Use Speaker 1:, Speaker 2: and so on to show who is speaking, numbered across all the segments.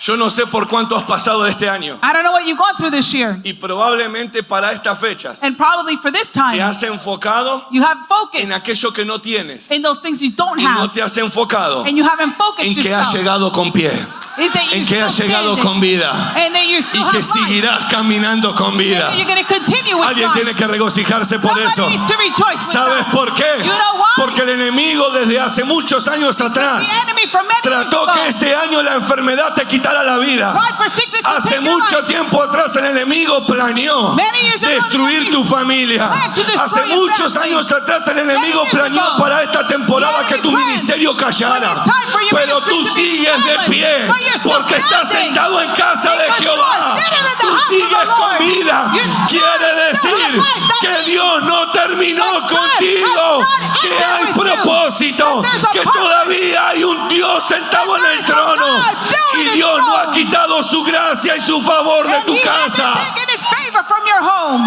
Speaker 1: Yo no sé por cuánto has pasado de este año.
Speaker 2: I don't know what you've gone through this year.
Speaker 1: Y probablemente para estas fechas
Speaker 2: And probably for this
Speaker 1: te
Speaker 2: time,
Speaker 1: has enfocado
Speaker 2: you have
Speaker 1: en
Speaker 2: focused
Speaker 1: aquello que no tienes.
Speaker 2: in those things you don't
Speaker 1: Y no
Speaker 2: have.
Speaker 1: te has enfocado
Speaker 2: And you haven't
Speaker 1: en
Speaker 2: focused
Speaker 1: que has
Speaker 2: yourself. Is
Speaker 1: llegado con pie.
Speaker 2: that
Speaker 1: En
Speaker 2: you're
Speaker 1: que
Speaker 2: still
Speaker 1: has llegado
Speaker 2: standing.
Speaker 1: con vida.
Speaker 2: And that you're still
Speaker 1: Y que
Speaker 2: have life.
Speaker 1: seguirás caminando con vida.
Speaker 2: And you're going to continue with
Speaker 1: Alguien
Speaker 2: life.
Speaker 1: tiene que regocijarse por
Speaker 2: Somebody
Speaker 1: eso.
Speaker 2: needs to rejoice with
Speaker 1: ¿Sabes
Speaker 2: that.
Speaker 1: por qué?
Speaker 2: You know why?
Speaker 1: Porque el enemigo desde hace muchos años atrás
Speaker 2: The enemy for many
Speaker 1: trató
Speaker 2: years ago
Speaker 1: que este año la enfermedad te quitara la vida.
Speaker 2: tried for sickness to
Speaker 1: Hace
Speaker 2: take
Speaker 1: mucho
Speaker 2: your life.
Speaker 1: tiempo atrás el enemigo planeó
Speaker 2: Many years ago,
Speaker 1: destruir
Speaker 2: the
Speaker 1: tu familia.
Speaker 2: planned to destroy
Speaker 1: Hace
Speaker 2: your
Speaker 1: muchos
Speaker 2: family.
Speaker 1: años atrás el enemigo
Speaker 2: years
Speaker 1: planeó
Speaker 2: ago,
Speaker 1: para esta temporada
Speaker 2: the
Speaker 1: que
Speaker 2: enemy
Speaker 1: tu
Speaker 2: planned
Speaker 1: ministerio callara.
Speaker 2: for this time for your
Speaker 1: Pero tú
Speaker 2: ministry to be
Speaker 1: sigues de
Speaker 2: silent,
Speaker 1: pie
Speaker 2: but you're still
Speaker 1: porque estás
Speaker 2: standing.
Speaker 1: sentado en casa de
Speaker 2: Because you are
Speaker 1: Jehová.
Speaker 2: seated in the
Speaker 1: Tú
Speaker 2: house of the
Speaker 1: sigues con
Speaker 2: Lord.
Speaker 1: vida. Quiere
Speaker 2: You're still
Speaker 1: decir
Speaker 2: alive. That means
Speaker 1: que Dios no terminó
Speaker 2: that God
Speaker 1: contigo,
Speaker 2: has not
Speaker 1: que
Speaker 2: ended
Speaker 1: hay
Speaker 2: with you,
Speaker 1: propósito,
Speaker 2: that there's a
Speaker 1: que
Speaker 2: purpose.
Speaker 1: todavía hay un Dios sentado en
Speaker 2: That
Speaker 1: el
Speaker 2: there is a
Speaker 1: trono
Speaker 2: God still in
Speaker 1: y
Speaker 2: his
Speaker 1: Dios no ha
Speaker 2: throne.
Speaker 1: quitado su gracia y su favor de
Speaker 2: And
Speaker 1: tu
Speaker 2: he
Speaker 1: casa.
Speaker 2: hasn't taken his favor from your home.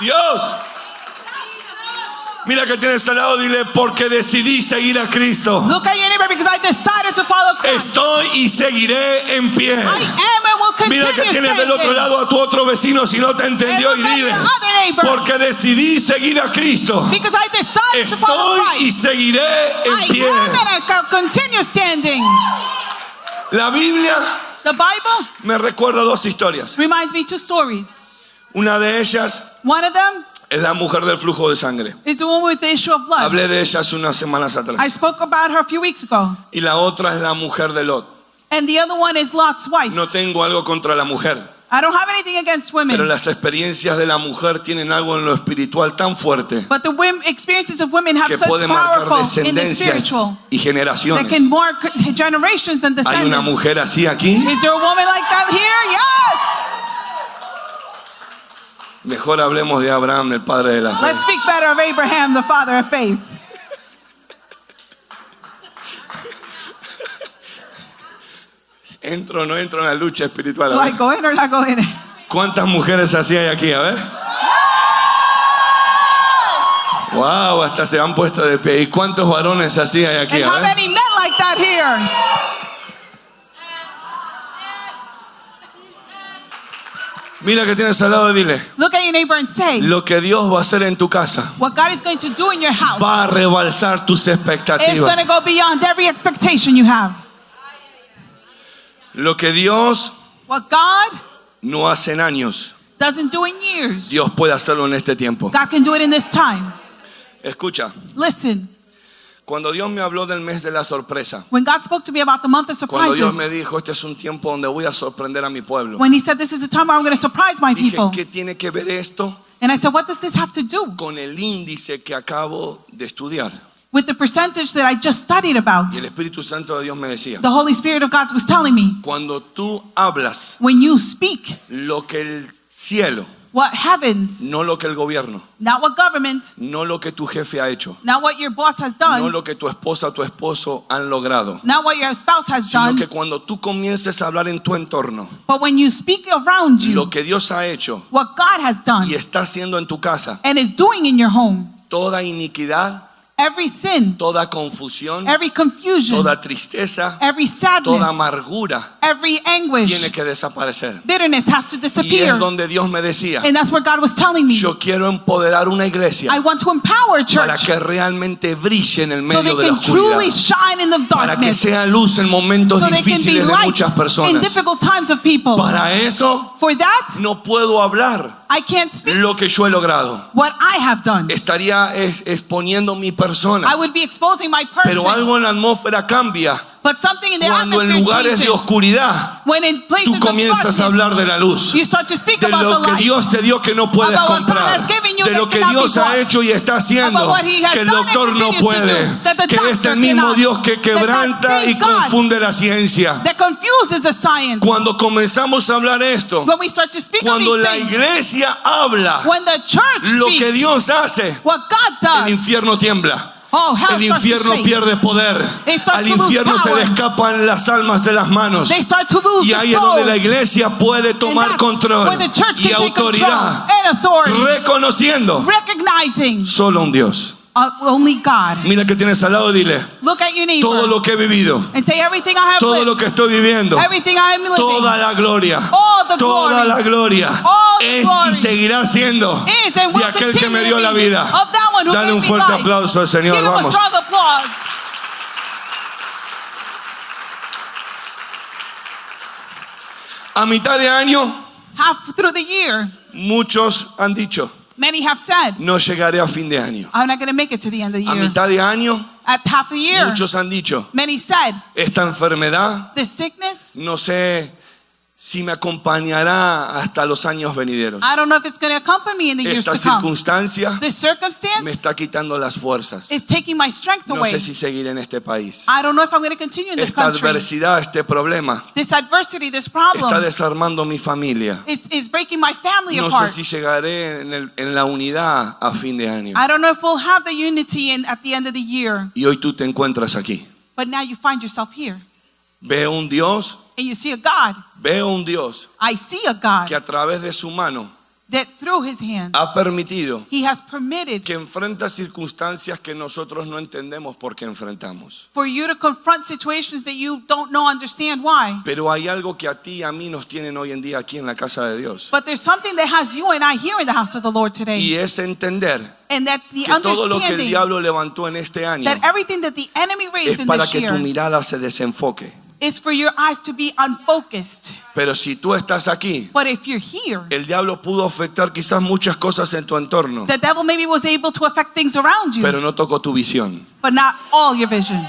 Speaker 1: Dios. Mira que tienes al lado, dile, porque decidí seguir a Cristo.
Speaker 2: Look at your neighbor because I decided to follow Christ.
Speaker 1: Estoy y seguiré en pie.
Speaker 2: I am and will continue
Speaker 1: Mira que tienes del otro
Speaker 2: standing.
Speaker 1: lado a tu otro vecino si no te
Speaker 2: And
Speaker 1: entendió
Speaker 2: look
Speaker 1: y
Speaker 2: at
Speaker 1: dile,
Speaker 2: your other neighbor
Speaker 1: porque decidí seguir a Cristo.
Speaker 2: because I decided to follow
Speaker 1: Estoy y
Speaker 2: Christ.
Speaker 1: seguiré
Speaker 2: I
Speaker 1: en pie.
Speaker 2: am and I will continue standing.
Speaker 1: La Biblia
Speaker 2: The Bible
Speaker 1: me recuerda dos historias.
Speaker 2: reminds me two stories.
Speaker 1: Una de ellas
Speaker 2: One of them
Speaker 1: es la mujer del flujo de sangre.
Speaker 2: is the woman with the issue of blood.
Speaker 1: Hablé de ella hace unas semanas
Speaker 2: I
Speaker 1: atrás.
Speaker 2: spoke about her a few weeks ago.
Speaker 1: Y la otra es la mujer de Lot.
Speaker 2: And the other one is Lot's wife.
Speaker 1: No tengo algo contra la mujer.
Speaker 2: I don't have anything against women.
Speaker 1: Pero las experiencias de la mujer tienen algo en lo espiritual tan fuerte
Speaker 2: But the women, experiences of women have
Speaker 1: que
Speaker 2: such
Speaker 1: puede marcar
Speaker 2: powerful in the
Speaker 1: descendencias
Speaker 2: spiritual
Speaker 1: y
Speaker 2: that can
Speaker 1: generaciones.
Speaker 2: mark generations and
Speaker 1: Hay una
Speaker 2: descendants.
Speaker 1: mujer así aquí,
Speaker 2: Is there a woman like that here?
Speaker 1: mejor hablemos de Abraham, el padre de la
Speaker 2: Yes.
Speaker 1: fe.
Speaker 2: Let's speak better of Abraham, the father of faith.
Speaker 1: Entro o no entro en la lucha espiritual.
Speaker 2: Do
Speaker 1: A
Speaker 2: I
Speaker 1: ver.
Speaker 2: go in or not go in?
Speaker 1: ¿Cuántas mujeres así hay aquí? A ver. Wow, hasta se han puesto de pie. ¿Y cuántos varones así hay aquí?
Speaker 2: And
Speaker 1: A
Speaker 2: how
Speaker 1: ver.
Speaker 2: many men like that here?
Speaker 1: Mira que tienes al lado y dile,
Speaker 2: Look at your neighbor and say,
Speaker 1: lo que Dios va a hacer en tu casa
Speaker 2: what God is going to do in your house
Speaker 1: va a rebalsar tus
Speaker 2: is going
Speaker 1: expectativas.
Speaker 2: to go beyond every expectation you have.
Speaker 1: Lo que Dios
Speaker 2: What God
Speaker 1: no hace en años,
Speaker 2: doesn't do in years,
Speaker 1: Dios puede hacerlo en este tiempo.
Speaker 2: God can do it in this time.
Speaker 1: Escucha,
Speaker 2: Listen,
Speaker 1: cuando Dios me habló del mes de la sorpresa,
Speaker 2: when God spoke to me about the month of
Speaker 1: cuando
Speaker 2: surprises,
Speaker 1: Dios me dijo, este es un tiempo donde voy a sorprender a mi pueblo,
Speaker 2: when he said this is the time where I'm going to surprise my
Speaker 1: dije,
Speaker 2: people.
Speaker 1: ¿qué tiene que ver esto
Speaker 2: And I said, what does this have to do
Speaker 1: con el índice que acabo de estudiar?
Speaker 2: with the percentage that I just studied about?
Speaker 1: Y el Espíritu Santo de Dios me decía,
Speaker 2: The Holy Spirit of God was telling me,
Speaker 1: cuando tú hablas
Speaker 2: when you speak,
Speaker 1: lo que el cielo,
Speaker 2: what heavens,
Speaker 1: no lo que el gobierno,
Speaker 2: not what government,
Speaker 1: no lo que tu jefe ha hecho,
Speaker 2: not what your boss has
Speaker 1: no
Speaker 2: done,
Speaker 1: lo que tu esposa o tu esposo han logrado,
Speaker 2: not what your spouse has
Speaker 1: sino
Speaker 2: done,
Speaker 1: que cuando tú comiences a hablar en tu entorno,
Speaker 2: but when you speak around
Speaker 1: lo
Speaker 2: you,
Speaker 1: que Dios ha hecho
Speaker 2: what God has done
Speaker 1: y está haciendo en tu casa,
Speaker 2: and is doing in your home,
Speaker 1: toda iniquidad,
Speaker 2: every sin,
Speaker 1: toda confusión,
Speaker 2: every confusion,
Speaker 1: toda tristeza,
Speaker 2: every
Speaker 1: toda
Speaker 2: sadness,
Speaker 1: amargura
Speaker 2: every anguish,
Speaker 1: tiene que desaparecer.
Speaker 2: bitterness has to
Speaker 1: Y es
Speaker 2: disappear.
Speaker 1: donde Dios me decía,
Speaker 2: And that's what God was telling me.
Speaker 1: yo quiero empoderar una
Speaker 2: I
Speaker 1: iglesia
Speaker 2: want to empower a
Speaker 1: para
Speaker 2: church
Speaker 1: que realmente brille en el
Speaker 2: so they
Speaker 1: medio de la
Speaker 2: can truly
Speaker 1: oscuridad,
Speaker 2: shine in the
Speaker 1: para que
Speaker 2: darkness. So
Speaker 1: sea luz en momentos
Speaker 2: they can be
Speaker 1: difíciles de
Speaker 2: light
Speaker 1: muchas
Speaker 2: in
Speaker 1: personas.
Speaker 2: difficult times of people.
Speaker 1: Para eso
Speaker 2: For that,
Speaker 1: no puedo hablar
Speaker 2: I can't speak
Speaker 1: lo que yo he logrado.
Speaker 2: what I have done.
Speaker 1: Estaría ex- exponiendo mi
Speaker 2: I
Speaker 1: persona,
Speaker 2: would be exposing my
Speaker 1: pero
Speaker 2: person.
Speaker 1: algo en la atmósfera cambia
Speaker 2: But something in the
Speaker 1: cuando en
Speaker 2: atmosphere
Speaker 1: lugares de
Speaker 2: changes.
Speaker 1: oscuridad
Speaker 2: When in places
Speaker 1: tú
Speaker 2: of
Speaker 1: comienzas a
Speaker 2: darkness,
Speaker 1: hablar de la luz,
Speaker 2: you start to speak
Speaker 1: de
Speaker 2: about the
Speaker 1: lo que
Speaker 2: light.
Speaker 1: Dios te dio que no puedes
Speaker 2: About what God
Speaker 1: comprar,
Speaker 2: has given you
Speaker 1: de
Speaker 2: that
Speaker 1: lo que
Speaker 2: cannot be
Speaker 1: Dios ha
Speaker 2: bought.
Speaker 1: hecho y está
Speaker 2: About
Speaker 1: haciendo,
Speaker 2: what he has
Speaker 1: que el
Speaker 2: done and
Speaker 1: doctor no
Speaker 2: continues to
Speaker 1: puede,
Speaker 2: do, that the
Speaker 1: que es el
Speaker 2: doctor
Speaker 1: mismo
Speaker 2: cannot,
Speaker 1: Dios que
Speaker 2: that that
Speaker 1: quebranta
Speaker 2: same
Speaker 1: y
Speaker 2: God
Speaker 1: confunde la ciencia.
Speaker 2: That confuses the science.
Speaker 1: Cuando comenzamos a hablar esto,
Speaker 2: When we start to speak of
Speaker 1: cuando
Speaker 2: these
Speaker 1: la
Speaker 2: things,
Speaker 1: iglesia habla
Speaker 2: when the church
Speaker 1: lo que
Speaker 2: speaks,
Speaker 1: Dios hace,
Speaker 2: what God
Speaker 1: el
Speaker 2: does,
Speaker 1: infierno tiembla.
Speaker 2: oh, hell
Speaker 1: El
Speaker 2: starts to
Speaker 1: infierno
Speaker 2: shake.
Speaker 1: pierde poder.
Speaker 2: It starts
Speaker 1: Al
Speaker 2: to lose
Speaker 1: infierno se le
Speaker 2: power.
Speaker 1: escapan las almas de las manos.
Speaker 2: They start to lose
Speaker 1: Y
Speaker 2: their
Speaker 1: ahí es donde
Speaker 2: souls.
Speaker 1: la iglesia puede
Speaker 2: And
Speaker 1: tomar
Speaker 2: that's
Speaker 1: control
Speaker 2: where the church
Speaker 1: y
Speaker 2: can take control
Speaker 1: autoridad,
Speaker 2: and authority,
Speaker 1: reconociendo
Speaker 2: recognizing
Speaker 1: solo un Dios.
Speaker 2: Uh, only God.
Speaker 1: Mira que tienes al lado y dile,
Speaker 2: Look at your neighbor
Speaker 1: todo lo que he vivido,
Speaker 2: and say everything I have
Speaker 1: todo lo
Speaker 2: lived,
Speaker 1: que estoy viviendo,
Speaker 2: everything I am living
Speaker 1: toda la gloria,
Speaker 2: All the
Speaker 1: toda
Speaker 2: glory.
Speaker 1: la gloria
Speaker 2: All the
Speaker 1: es y
Speaker 2: glory.
Speaker 1: seguirá siendo
Speaker 2: is and will
Speaker 1: de aquel que
Speaker 2: continue
Speaker 1: me
Speaker 2: to
Speaker 1: dio la
Speaker 2: be
Speaker 1: vida.
Speaker 2: of that one who
Speaker 1: Dale
Speaker 2: gave
Speaker 1: un
Speaker 2: me
Speaker 1: fuerte
Speaker 2: life.
Speaker 1: aplauso al
Speaker 2: Give
Speaker 1: Señor,
Speaker 2: him a
Speaker 1: vamos.
Speaker 2: strong applause.
Speaker 1: A mitad de año,
Speaker 2: Half through the year,
Speaker 1: muchos han dicho,
Speaker 2: many have said,
Speaker 1: no llegaré a fin de año.
Speaker 2: I'm not going to make it to the end of the
Speaker 1: A
Speaker 2: year.
Speaker 1: mitad de año,
Speaker 2: At half the year,
Speaker 1: muchos han dicho,
Speaker 2: many said,
Speaker 1: esta enfermedad
Speaker 2: this sickness,
Speaker 1: no sé si me acompañará hasta los años venideros.
Speaker 2: I don't know if it's going to accompany me in the years
Speaker 1: Esta
Speaker 2: to come.
Speaker 1: circunstancia
Speaker 2: This
Speaker 1: me
Speaker 2: circumstance
Speaker 1: está quitando las fuerzas.
Speaker 2: is taking my strength
Speaker 1: No
Speaker 2: away.
Speaker 1: sé si seguir en este país.
Speaker 2: I don't know if I'm going to continue in this
Speaker 1: Esta
Speaker 2: country.
Speaker 1: adversidad, este problema,
Speaker 2: This adversity, this
Speaker 1: está
Speaker 2: problem,
Speaker 1: desarmando mi familia.
Speaker 2: is, is breaking my family
Speaker 1: No sé
Speaker 2: apart.
Speaker 1: si llegaré en, el- en la unidad a fin de año.
Speaker 2: I don't know if we'll have the unity in, at the end of the year,
Speaker 1: Y hoy tú te encuentras aquí.
Speaker 2: but now you find yourself here
Speaker 1: Veo un Dios,
Speaker 2: and you see a God.
Speaker 1: veo un Dios
Speaker 2: I see a God
Speaker 1: que a través de su mano
Speaker 2: that through his hand,
Speaker 1: ha permitido
Speaker 2: he has permitted
Speaker 1: que enfrenta circunstancias que nosotros no entendemos por qué enfrentamos.
Speaker 2: for you to confront situations that you don't know, understand why.
Speaker 1: Pero hay algo que a ti y a mí nos tienen hoy en día aquí en la casa de Dios.
Speaker 2: But there's something that has you and I here in the house of the Lord today,
Speaker 1: Y es entender
Speaker 2: and that's the
Speaker 1: que todo lo que el
Speaker 2: understanding
Speaker 1: diablo levantó en este año
Speaker 2: that everything that the enemy raised
Speaker 1: es
Speaker 2: in
Speaker 1: para
Speaker 2: this
Speaker 1: que tu
Speaker 2: year
Speaker 1: mirada se desenfoque.
Speaker 2: is for your eyes to be unfocused.
Speaker 1: Pero si tú estás aquí,
Speaker 2: But if you're here,
Speaker 1: el diablo pudo afectar quizás muchas cosas en tu entorno,
Speaker 2: the devil maybe was able to affect things around you,
Speaker 1: pero no tocó tu visión.
Speaker 2: but not all your vision.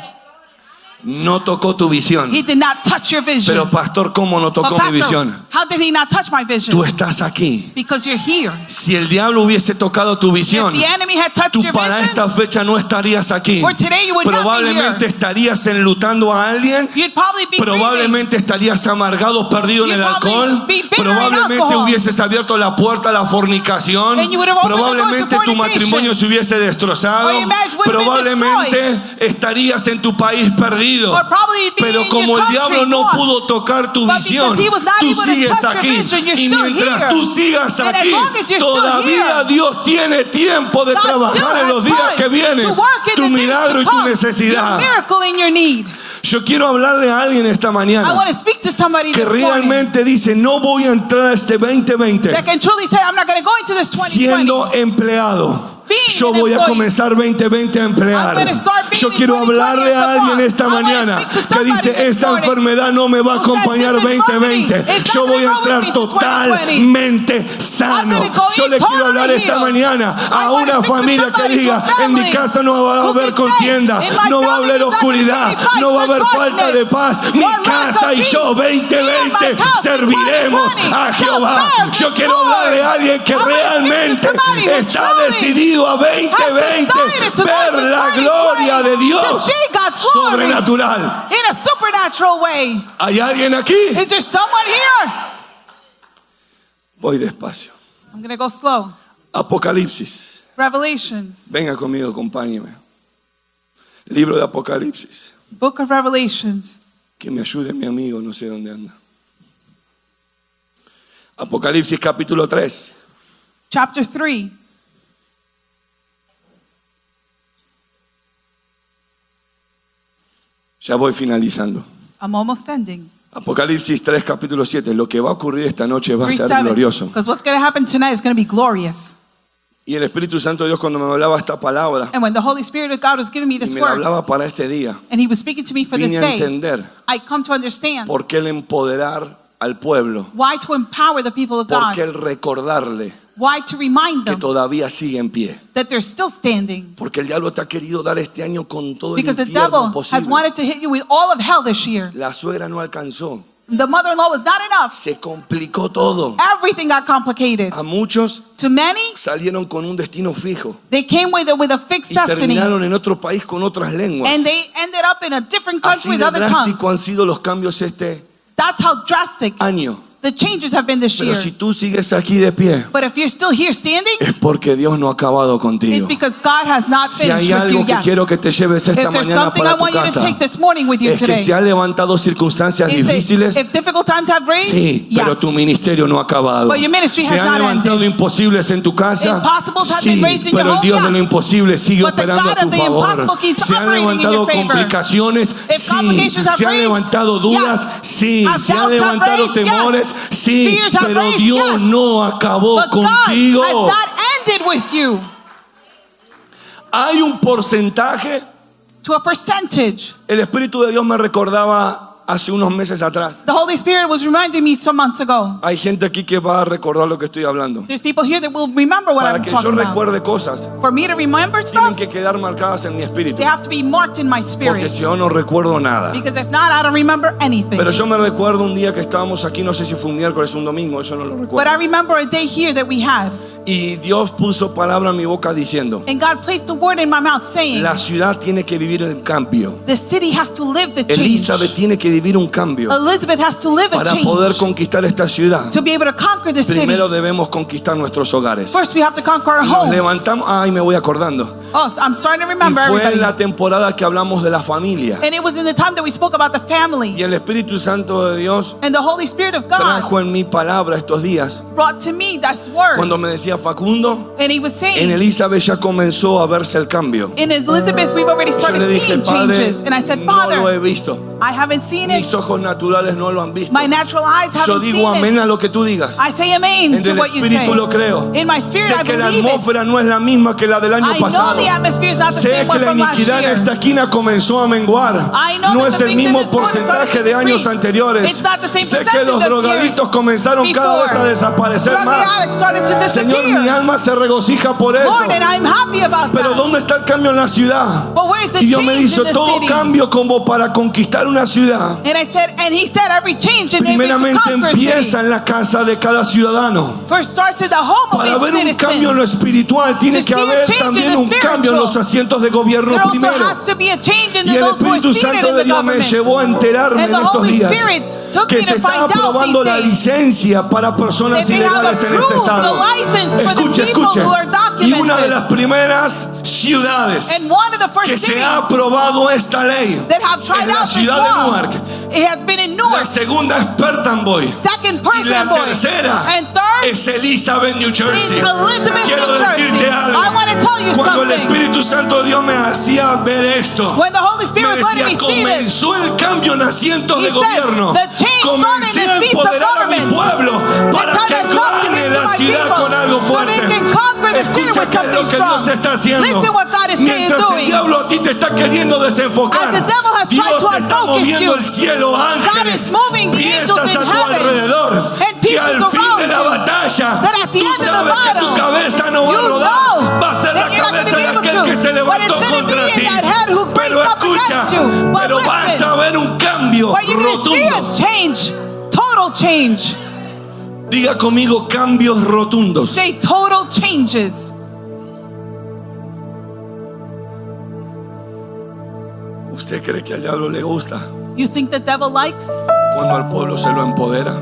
Speaker 1: No tocó tu visión.
Speaker 2: He did not touch your vision.
Speaker 1: Pero pastor, ¿cómo no
Speaker 2: But
Speaker 1: tocó mi
Speaker 2: Pastor,
Speaker 1: visión?
Speaker 2: How did he not touch my vision?
Speaker 1: Tú estás aquí.
Speaker 2: Because you're here.
Speaker 1: Si el diablo hubiese tocado tu visión,
Speaker 2: If the enemy had touched
Speaker 1: tú
Speaker 2: your
Speaker 1: para
Speaker 2: vision,
Speaker 1: esta fecha no estarías aquí.
Speaker 2: For today you would not be
Speaker 1: Probablemente estarías enlutando a alguien
Speaker 2: you'd probably be grieving.
Speaker 1: Probablemente estarías amargado, perdido en el
Speaker 2: You'd probably
Speaker 1: alcohol.
Speaker 2: be bitter in
Speaker 1: Probablemente
Speaker 2: alcohol.
Speaker 1: hubieses abierto la puerta a la fornicación.
Speaker 2: And you would have opened the door to
Speaker 1: Probablemente tu
Speaker 2: fornication.
Speaker 1: matrimonio se hubiese destrozado.
Speaker 2: Or your marriage would have been
Speaker 1: Probablemente estarías en tu país perdido.
Speaker 2: Or probably you'd be
Speaker 1: Pero
Speaker 2: in
Speaker 1: como
Speaker 2: your
Speaker 1: el
Speaker 2: country
Speaker 1: diablo no
Speaker 2: lost.
Speaker 1: pudo tocar tu
Speaker 2: But
Speaker 1: visión,
Speaker 2: because he was not
Speaker 1: tú
Speaker 2: able to
Speaker 1: sigues
Speaker 2: touch your
Speaker 1: aquí.
Speaker 2: vision, you're
Speaker 1: y
Speaker 2: still
Speaker 1: mientras
Speaker 2: here.
Speaker 1: tú sigas
Speaker 2: And as
Speaker 1: aquí,
Speaker 2: long as you're still
Speaker 1: todavía
Speaker 2: here,
Speaker 1: Dios tiene tiempo de
Speaker 2: God still
Speaker 1: trabajar en
Speaker 2: has
Speaker 1: los días
Speaker 2: time
Speaker 1: que vienen.
Speaker 2: to work
Speaker 1: Tu
Speaker 2: in the days
Speaker 1: milagro
Speaker 2: to
Speaker 1: y tu
Speaker 2: come,
Speaker 1: necesidad.
Speaker 2: Your miracle and your need.
Speaker 1: Yo quiero hablarle a alguien esta mañana.
Speaker 2: I want to speak to somebody
Speaker 1: que
Speaker 2: this morning
Speaker 1: realmente dice no voy a entrar a este
Speaker 2: that
Speaker 1: 2020
Speaker 2: can truly say, I'm not going to go into this 2020.
Speaker 1: siendo empleado.
Speaker 2: Being
Speaker 1: Yo
Speaker 2: an
Speaker 1: voy a
Speaker 2: employee.
Speaker 1: comenzar 2020 a emplear.
Speaker 2: I'm gonna start being
Speaker 1: Yo
Speaker 2: in
Speaker 1: quiero
Speaker 2: 2020
Speaker 1: hablarle a
Speaker 2: as a
Speaker 1: alguien
Speaker 2: boss.
Speaker 1: esta
Speaker 2: I wanna
Speaker 1: mañana
Speaker 2: speak to
Speaker 1: que
Speaker 2: somebody
Speaker 1: dice
Speaker 2: this
Speaker 1: esta
Speaker 2: morning
Speaker 1: enfermedad no me va a
Speaker 2: who said
Speaker 1: acompañar
Speaker 2: this infirmity
Speaker 1: 2020.
Speaker 2: is
Speaker 1: Yo
Speaker 2: not
Speaker 1: voy a
Speaker 2: gonna go
Speaker 1: entrar
Speaker 2: with me to 2020.
Speaker 1: totalmente sano.
Speaker 2: I'm gonna go
Speaker 1: Yo
Speaker 2: in
Speaker 1: le quiero hablar
Speaker 2: totally
Speaker 1: esta
Speaker 2: healed.
Speaker 1: mañana
Speaker 2: I
Speaker 1: a
Speaker 2: wanna
Speaker 1: una
Speaker 2: speak to
Speaker 1: familia que
Speaker 2: somebody, to
Speaker 1: diga
Speaker 2: a
Speaker 1: en mi
Speaker 2: family
Speaker 1: casa no va a
Speaker 2: who
Speaker 1: haber
Speaker 2: can say,
Speaker 1: contienda,
Speaker 2: "In my
Speaker 1: no va a haber
Speaker 2: family there's not gonna be
Speaker 1: oscuridad,
Speaker 2: any fight,
Speaker 1: no va a haber
Speaker 2: but
Speaker 1: falta de
Speaker 2: darkness.
Speaker 1: paz. Mi
Speaker 2: One rock
Speaker 1: casa
Speaker 2: of
Speaker 1: y yo
Speaker 2: peace. Me and my
Speaker 1: 2020
Speaker 2: house in
Speaker 1: serviremos a
Speaker 2: 2020
Speaker 1: Jehová.
Speaker 2: shall serve
Speaker 1: Yo
Speaker 2: the
Speaker 1: quiero
Speaker 2: Lord.
Speaker 1: hablarle a alguien que
Speaker 2: I wanna speak to
Speaker 1: realmente
Speaker 2: somebody who
Speaker 1: está
Speaker 2: truly
Speaker 1: decidido a 2020
Speaker 2: decided to go to
Speaker 1: ver la
Speaker 2: 2020
Speaker 1: gloria de
Speaker 2: to
Speaker 1: Dios
Speaker 2: see God's glory.
Speaker 1: sobrenatural.
Speaker 2: in a supernatural way.
Speaker 1: ¿Hay alguien aquí?
Speaker 2: Is there someone here?
Speaker 1: Voy despacio.
Speaker 2: I'm going to go slow.
Speaker 1: Apocalipsis.
Speaker 2: Revelations,
Speaker 1: Venga conmigo, acompáñeme. Libro de Apocalipsis.
Speaker 2: book of Revelations.
Speaker 1: Que me ayude mi amigo, no sé dónde anda. Apocalipsis capítulo 3.
Speaker 2: chapter 3.
Speaker 1: Ya voy finalizando.
Speaker 2: I'm almost ending.
Speaker 1: Apocalipsis 3 capítulo 7. Lo que va a ocurrir esta noche va a
Speaker 2: 3
Speaker 1: ser
Speaker 2: 7.
Speaker 1: glorioso.
Speaker 2: Because what's going to happen tonight is going to be glorious.
Speaker 1: Y el Espíritu Santo de Dios cuando me hablaba esta palabra
Speaker 2: And when the Holy Spirit of God was giving me
Speaker 1: y
Speaker 2: this
Speaker 1: me la
Speaker 2: word,
Speaker 1: hablaba para este día,
Speaker 2: and He was speaking to me for this
Speaker 1: vine a
Speaker 2: day,
Speaker 1: entender
Speaker 2: I come to understand
Speaker 1: por qué el empoderar al pueblo,
Speaker 2: why to empower the people of
Speaker 1: por qué el
Speaker 2: God,
Speaker 1: recordarle
Speaker 2: why to remind
Speaker 1: que
Speaker 2: them
Speaker 1: todavía sigue en pie.
Speaker 2: that they're still standing.
Speaker 1: Porque el diablo te ha querido dar este año con todo el
Speaker 2: Because the
Speaker 1: infierno
Speaker 2: devil has
Speaker 1: posible.
Speaker 2: wanted to hit you with all of hell this year.
Speaker 1: La suegra no alcanzó.
Speaker 2: The mother in law was not enough.
Speaker 1: Se complicó todo.
Speaker 2: Everything got complicated.
Speaker 1: A muchos
Speaker 2: To many,
Speaker 1: salieron con un destino fijo
Speaker 2: they came with a, with a fixed
Speaker 1: y
Speaker 2: destiny.
Speaker 1: terminaron en otro país con otras lenguas.
Speaker 2: And they ended up in a different
Speaker 1: Así
Speaker 2: country
Speaker 1: de
Speaker 2: with other tongues.
Speaker 1: drástico han sido los cambios este
Speaker 2: That's how drastic
Speaker 1: año.
Speaker 2: The changes have been this
Speaker 1: Ah.
Speaker 2: year.
Speaker 1: Pero si tú sigues aquí de pie,
Speaker 2: But if you're still here standing,
Speaker 1: es porque Dios no ha acabado
Speaker 2: it's
Speaker 1: contigo.
Speaker 2: because God has not
Speaker 1: Si
Speaker 2: finished
Speaker 1: hay
Speaker 2: with you
Speaker 1: algo que
Speaker 2: yet.
Speaker 1: quiero que te lleves esta
Speaker 2: If there's
Speaker 1: mañana
Speaker 2: something I
Speaker 1: para tu
Speaker 2: want you to
Speaker 1: casa,
Speaker 2: take this morning with you
Speaker 1: es que
Speaker 2: today,
Speaker 1: se han levantado circunstancias
Speaker 2: is that
Speaker 1: difíciles.
Speaker 2: if difficult times have raised,
Speaker 1: Sí, pero
Speaker 2: yes.
Speaker 1: tu ministerio no ha acabado.
Speaker 2: But your ministry
Speaker 1: Se
Speaker 2: has
Speaker 1: han
Speaker 2: not
Speaker 1: levantado
Speaker 2: ended.
Speaker 1: imposibles en tu casa.
Speaker 2: Impossibles have
Speaker 1: Sí,
Speaker 2: been raised in your
Speaker 1: pero el
Speaker 2: home,
Speaker 1: Dios de
Speaker 2: yes.
Speaker 1: lo imposible sigue
Speaker 2: But the
Speaker 1: operando a
Speaker 2: God
Speaker 1: tu
Speaker 2: of the
Speaker 1: favor.
Speaker 2: impossible keeps
Speaker 1: Se han
Speaker 2: operating in
Speaker 1: levantado
Speaker 2: your favor.
Speaker 1: complicaciones,
Speaker 2: If
Speaker 1: sí.
Speaker 2: complications have
Speaker 1: Se han
Speaker 2: raised,
Speaker 1: levantado dudas,
Speaker 2: yes.
Speaker 1: sí.
Speaker 2: If
Speaker 1: Se han
Speaker 2: doubts have
Speaker 1: levantado
Speaker 2: raised, yes.
Speaker 1: temores, sí.
Speaker 2: Fears have
Speaker 1: Pero
Speaker 2: raised,
Speaker 1: Dios
Speaker 2: yes.
Speaker 1: no acabó
Speaker 2: But
Speaker 1: contigo.
Speaker 2: God has not ended with you
Speaker 1: Hay un porcentaje.
Speaker 2: to a percentage.
Speaker 1: El Espíritu de Dios me recordaba hace unos meses atrás.
Speaker 2: The Holy Spirit was reminding me some months ago.
Speaker 1: Hay gente aquí que va a recordar lo que estoy hablando.
Speaker 2: There's people here that will remember what
Speaker 1: Para
Speaker 2: I'm
Speaker 1: que yo
Speaker 2: talking about.
Speaker 1: recuerde cosas,
Speaker 2: For me to remember
Speaker 1: tienen
Speaker 2: stuff,
Speaker 1: que quedar marcadas en mi espíritu.
Speaker 2: they have to be marked in my
Speaker 1: Porque
Speaker 2: spirit.
Speaker 1: si yo no recuerdo nada.
Speaker 2: Because if not, I don't remember anything.
Speaker 1: Pero yo me recuerdo un día que estábamos aquí, no sé si fue un miércoles o un domingo, eso no lo
Speaker 2: But I
Speaker 1: recuerdo.
Speaker 2: remember a day here that we had.
Speaker 1: Y Dios puso palabra en mi boca diciendo,
Speaker 2: And God placed a word in my mouth saying,
Speaker 1: la ciudad tiene que vivir el cambio.
Speaker 2: the city has to live the change.
Speaker 1: Elizabeth tiene que vivir un cambio.
Speaker 2: Elizabeth has to live a
Speaker 1: Para poder
Speaker 2: change.
Speaker 1: conquistar esta ciudad,
Speaker 2: To be able to conquer the city,
Speaker 1: primero debemos conquistar nuestros hogares.
Speaker 2: first we have to conquer our
Speaker 1: Nos
Speaker 2: homes.
Speaker 1: levantamos, ay, me voy acordando.
Speaker 2: Oh, I'm starting to
Speaker 1: Y
Speaker 2: remember
Speaker 1: fue en
Speaker 2: everybody.
Speaker 1: la temporada que hablamos de la familia.
Speaker 2: And it was in the time that we spoke about the
Speaker 1: Y
Speaker 2: family.
Speaker 1: el Espíritu Santo de Dios
Speaker 2: And the Holy Spirit of God
Speaker 1: trajo en mi palabra estos días.
Speaker 2: brought to me this word.
Speaker 1: Cuando me decía Facundo,
Speaker 2: And he was
Speaker 1: en
Speaker 2: saying,
Speaker 1: Elizabeth ya comenzó a verse el cambio.
Speaker 2: in Elizabeth, we've already
Speaker 1: Yo le
Speaker 2: started
Speaker 1: dije,
Speaker 2: seeing
Speaker 1: Padre,
Speaker 2: changes. And I said,
Speaker 1: no lo he
Speaker 2: Father,
Speaker 1: visto.
Speaker 2: I haven't seen it.
Speaker 1: Mis ojos naturales no lo han visto.
Speaker 2: My natural eyes
Speaker 1: Yo
Speaker 2: haven't
Speaker 1: digo
Speaker 2: seen
Speaker 1: amén a
Speaker 2: it.
Speaker 1: lo que tú digas.
Speaker 2: I say amen
Speaker 1: En
Speaker 2: to
Speaker 1: el
Speaker 2: what you say.
Speaker 1: Espíritu lo creo.
Speaker 2: In my spirit,
Speaker 1: Sé
Speaker 2: I
Speaker 1: que la
Speaker 2: believe it.
Speaker 1: atmósfera no es la misma que la del año
Speaker 2: I know
Speaker 1: pasado.
Speaker 2: the atmosphere is not the
Speaker 1: Sé
Speaker 2: same
Speaker 1: que
Speaker 2: one
Speaker 1: la
Speaker 2: from last
Speaker 1: iniquidad en
Speaker 2: year.
Speaker 1: esta esquina comenzó a menguar.
Speaker 2: I know
Speaker 1: No
Speaker 2: that
Speaker 1: es
Speaker 2: the
Speaker 1: el
Speaker 2: things in
Speaker 1: mismo
Speaker 2: this corner started to
Speaker 1: porcentaje de años
Speaker 2: decrease.
Speaker 1: anteriores.
Speaker 2: It's not the same
Speaker 1: Sé que
Speaker 2: percentage
Speaker 1: los
Speaker 2: as years
Speaker 1: drogadictos comenzaron cada vez a
Speaker 2: before.
Speaker 1: desaparecer más.
Speaker 2: Drug started to
Speaker 1: Señor, mi
Speaker 2: disappear.
Speaker 1: alma se regocija por eso.
Speaker 2: Lord, and I'm happy about
Speaker 1: Pero
Speaker 2: that.
Speaker 1: ¿dónde está el cambio en la ciudad?
Speaker 2: But where is the
Speaker 1: Y
Speaker 2: change
Speaker 1: Dios me
Speaker 2: in the
Speaker 1: dice todo
Speaker 2: city?
Speaker 1: cambio como para conquistar una ciudad.
Speaker 2: And I said, and he said, every change in every to
Speaker 1: Primeramente
Speaker 2: conquer a
Speaker 1: empieza
Speaker 2: city.
Speaker 1: en la casa de cada ciudadano.
Speaker 2: First starts at the home
Speaker 1: Para
Speaker 2: of
Speaker 1: ver
Speaker 2: each
Speaker 1: un cambio en
Speaker 2: citizen.
Speaker 1: lo espiritual tiene
Speaker 2: To
Speaker 1: que
Speaker 2: see a
Speaker 1: haber
Speaker 2: change in
Speaker 1: también
Speaker 2: the
Speaker 1: un cambio en los
Speaker 2: spiritual.
Speaker 1: asientos de gobierno
Speaker 2: There also
Speaker 1: primero.
Speaker 2: has to be a change in
Speaker 1: Y
Speaker 2: the
Speaker 1: el
Speaker 2: those who are
Speaker 1: Espíritu
Speaker 2: seated
Speaker 1: Santo
Speaker 2: in
Speaker 1: de
Speaker 2: the
Speaker 1: Dios me
Speaker 2: government.
Speaker 1: llevó a enterarme
Speaker 2: And
Speaker 1: en
Speaker 2: the
Speaker 1: estos
Speaker 2: Holy
Speaker 1: días
Speaker 2: Spirit took
Speaker 1: que
Speaker 2: me
Speaker 1: se
Speaker 2: to
Speaker 1: está
Speaker 2: find out
Speaker 1: aprobando
Speaker 2: these
Speaker 1: la
Speaker 2: days
Speaker 1: licencia para personas
Speaker 2: that they have
Speaker 1: ilegales en este
Speaker 2: approved the
Speaker 1: estado.
Speaker 2: license for the
Speaker 1: Escuche,
Speaker 2: people
Speaker 1: escuche.
Speaker 2: who are documented.
Speaker 1: Y una de las primeras ciudades
Speaker 2: And one of the
Speaker 1: que
Speaker 2: first
Speaker 1: se
Speaker 2: cities
Speaker 1: ha aprobado esta ley
Speaker 2: that have tried
Speaker 1: es la
Speaker 2: out this
Speaker 1: ciudad de
Speaker 2: law,
Speaker 1: Newark.
Speaker 2: it has been in
Speaker 1: La
Speaker 2: Newark,
Speaker 1: segunda es Pertamboy.
Speaker 2: second
Speaker 1: Y la
Speaker 2: Perkin boy.
Speaker 1: tercera
Speaker 2: And third,
Speaker 1: es Elizabeth, New
Speaker 2: is
Speaker 1: Jersey.
Speaker 2: Elizabeth,
Speaker 1: Quiero
Speaker 2: New Jersey.
Speaker 1: decirte algo.
Speaker 2: I want to tell you
Speaker 1: Cuando el
Speaker 2: something.
Speaker 1: Espíritu Santo de Dios me hacía ver esto,
Speaker 2: when the
Speaker 1: me
Speaker 2: Holy Spirit let
Speaker 1: decía,
Speaker 2: me see this,
Speaker 1: comenzó el cambio en asientos de
Speaker 2: He said,
Speaker 1: gobierno.
Speaker 2: "The change started
Speaker 1: Comencé
Speaker 2: in
Speaker 1: a
Speaker 2: the seats of
Speaker 1: empoderar a mi
Speaker 2: government.
Speaker 1: pueblo para
Speaker 2: time
Speaker 1: que
Speaker 2: has come to
Speaker 1: gane
Speaker 2: give to
Speaker 1: la
Speaker 2: my
Speaker 1: ciudad
Speaker 2: people
Speaker 1: con algo
Speaker 2: so
Speaker 1: fuerte.
Speaker 2: they can conquer the city
Speaker 1: Escucha
Speaker 2: with
Speaker 1: qué es lo que
Speaker 2: something
Speaker 1: Dios
Speaker 2: strong.
Speaker 1: está haciendo.
Speaker 2: Listen what God is saying,
Speaker 1: Mientras el
Speaker 2: doing.
Speaker 1: diablo a ti te está queriendo desenfocar,
Speaker 2: As the devil has tried
Speaker 1: Dios
Speaker 2: to
Speaker 1: está
Speaker 2: unfocus
Speaker 1: moviendo
Speaker 2: you,
Speaker 1: el cielo, ángeles,
Speaker 2: is moving the
Speaker 1: piezas a
Speaker 2: angels in
Speaker 1: tu
Speaker 2: heaven
Speaker 1: alrededor,
Speaker 2: and
Speaker 1: que
Speaker 2: pieces
Speaker 1: al fin
Speaker 2: around
Speaker 1: de la
Speaker 2: you.
Speaker 1: batalla,
Speaker 2: That at
Speaker 1: tú
Speaker 2: the end of the
Speaker 1: sabes que tu
Speaker 2: battle,
Speaker 1: cabeza no va a
Speaker 2: you
Speaker 1: rodar,
Speaker 2: know
Speaker 1: va a ser la
Speaker 2: that you're not
Speaker 1: cabeza de
Speaker 2: gonna be
Speaker 1: aquel
Speaker 2: able
Speaker 1: que
Speaker 2: to.
Speaker 1: se levantó
Speaker 2: But it's gonna
Speaker 1: contra
Speaker 2: be in
Speaker 1: ti.
Speaker 2: that head who
Speaker 1: Pero
Speaker 2: raised up
Speaker 1: escucha,
Speaker 2: against you. But
Speaker 1: pero vas
Speaker 2: listen.
Speaker 1: a ver un cambio
Speaker 2: but you're going to see a
Speaker 1: rotundo.
Speaker 2: change, total change.
Speaker 1: Diga conmigo cambios rotundos.
Speaker 2: Say total changes.
Speaker 1: ¿Usted cree que al diablo le gusta
Speaker 2: You think the devil likes
Speaker 1: cuando al pueblo se lo empodera?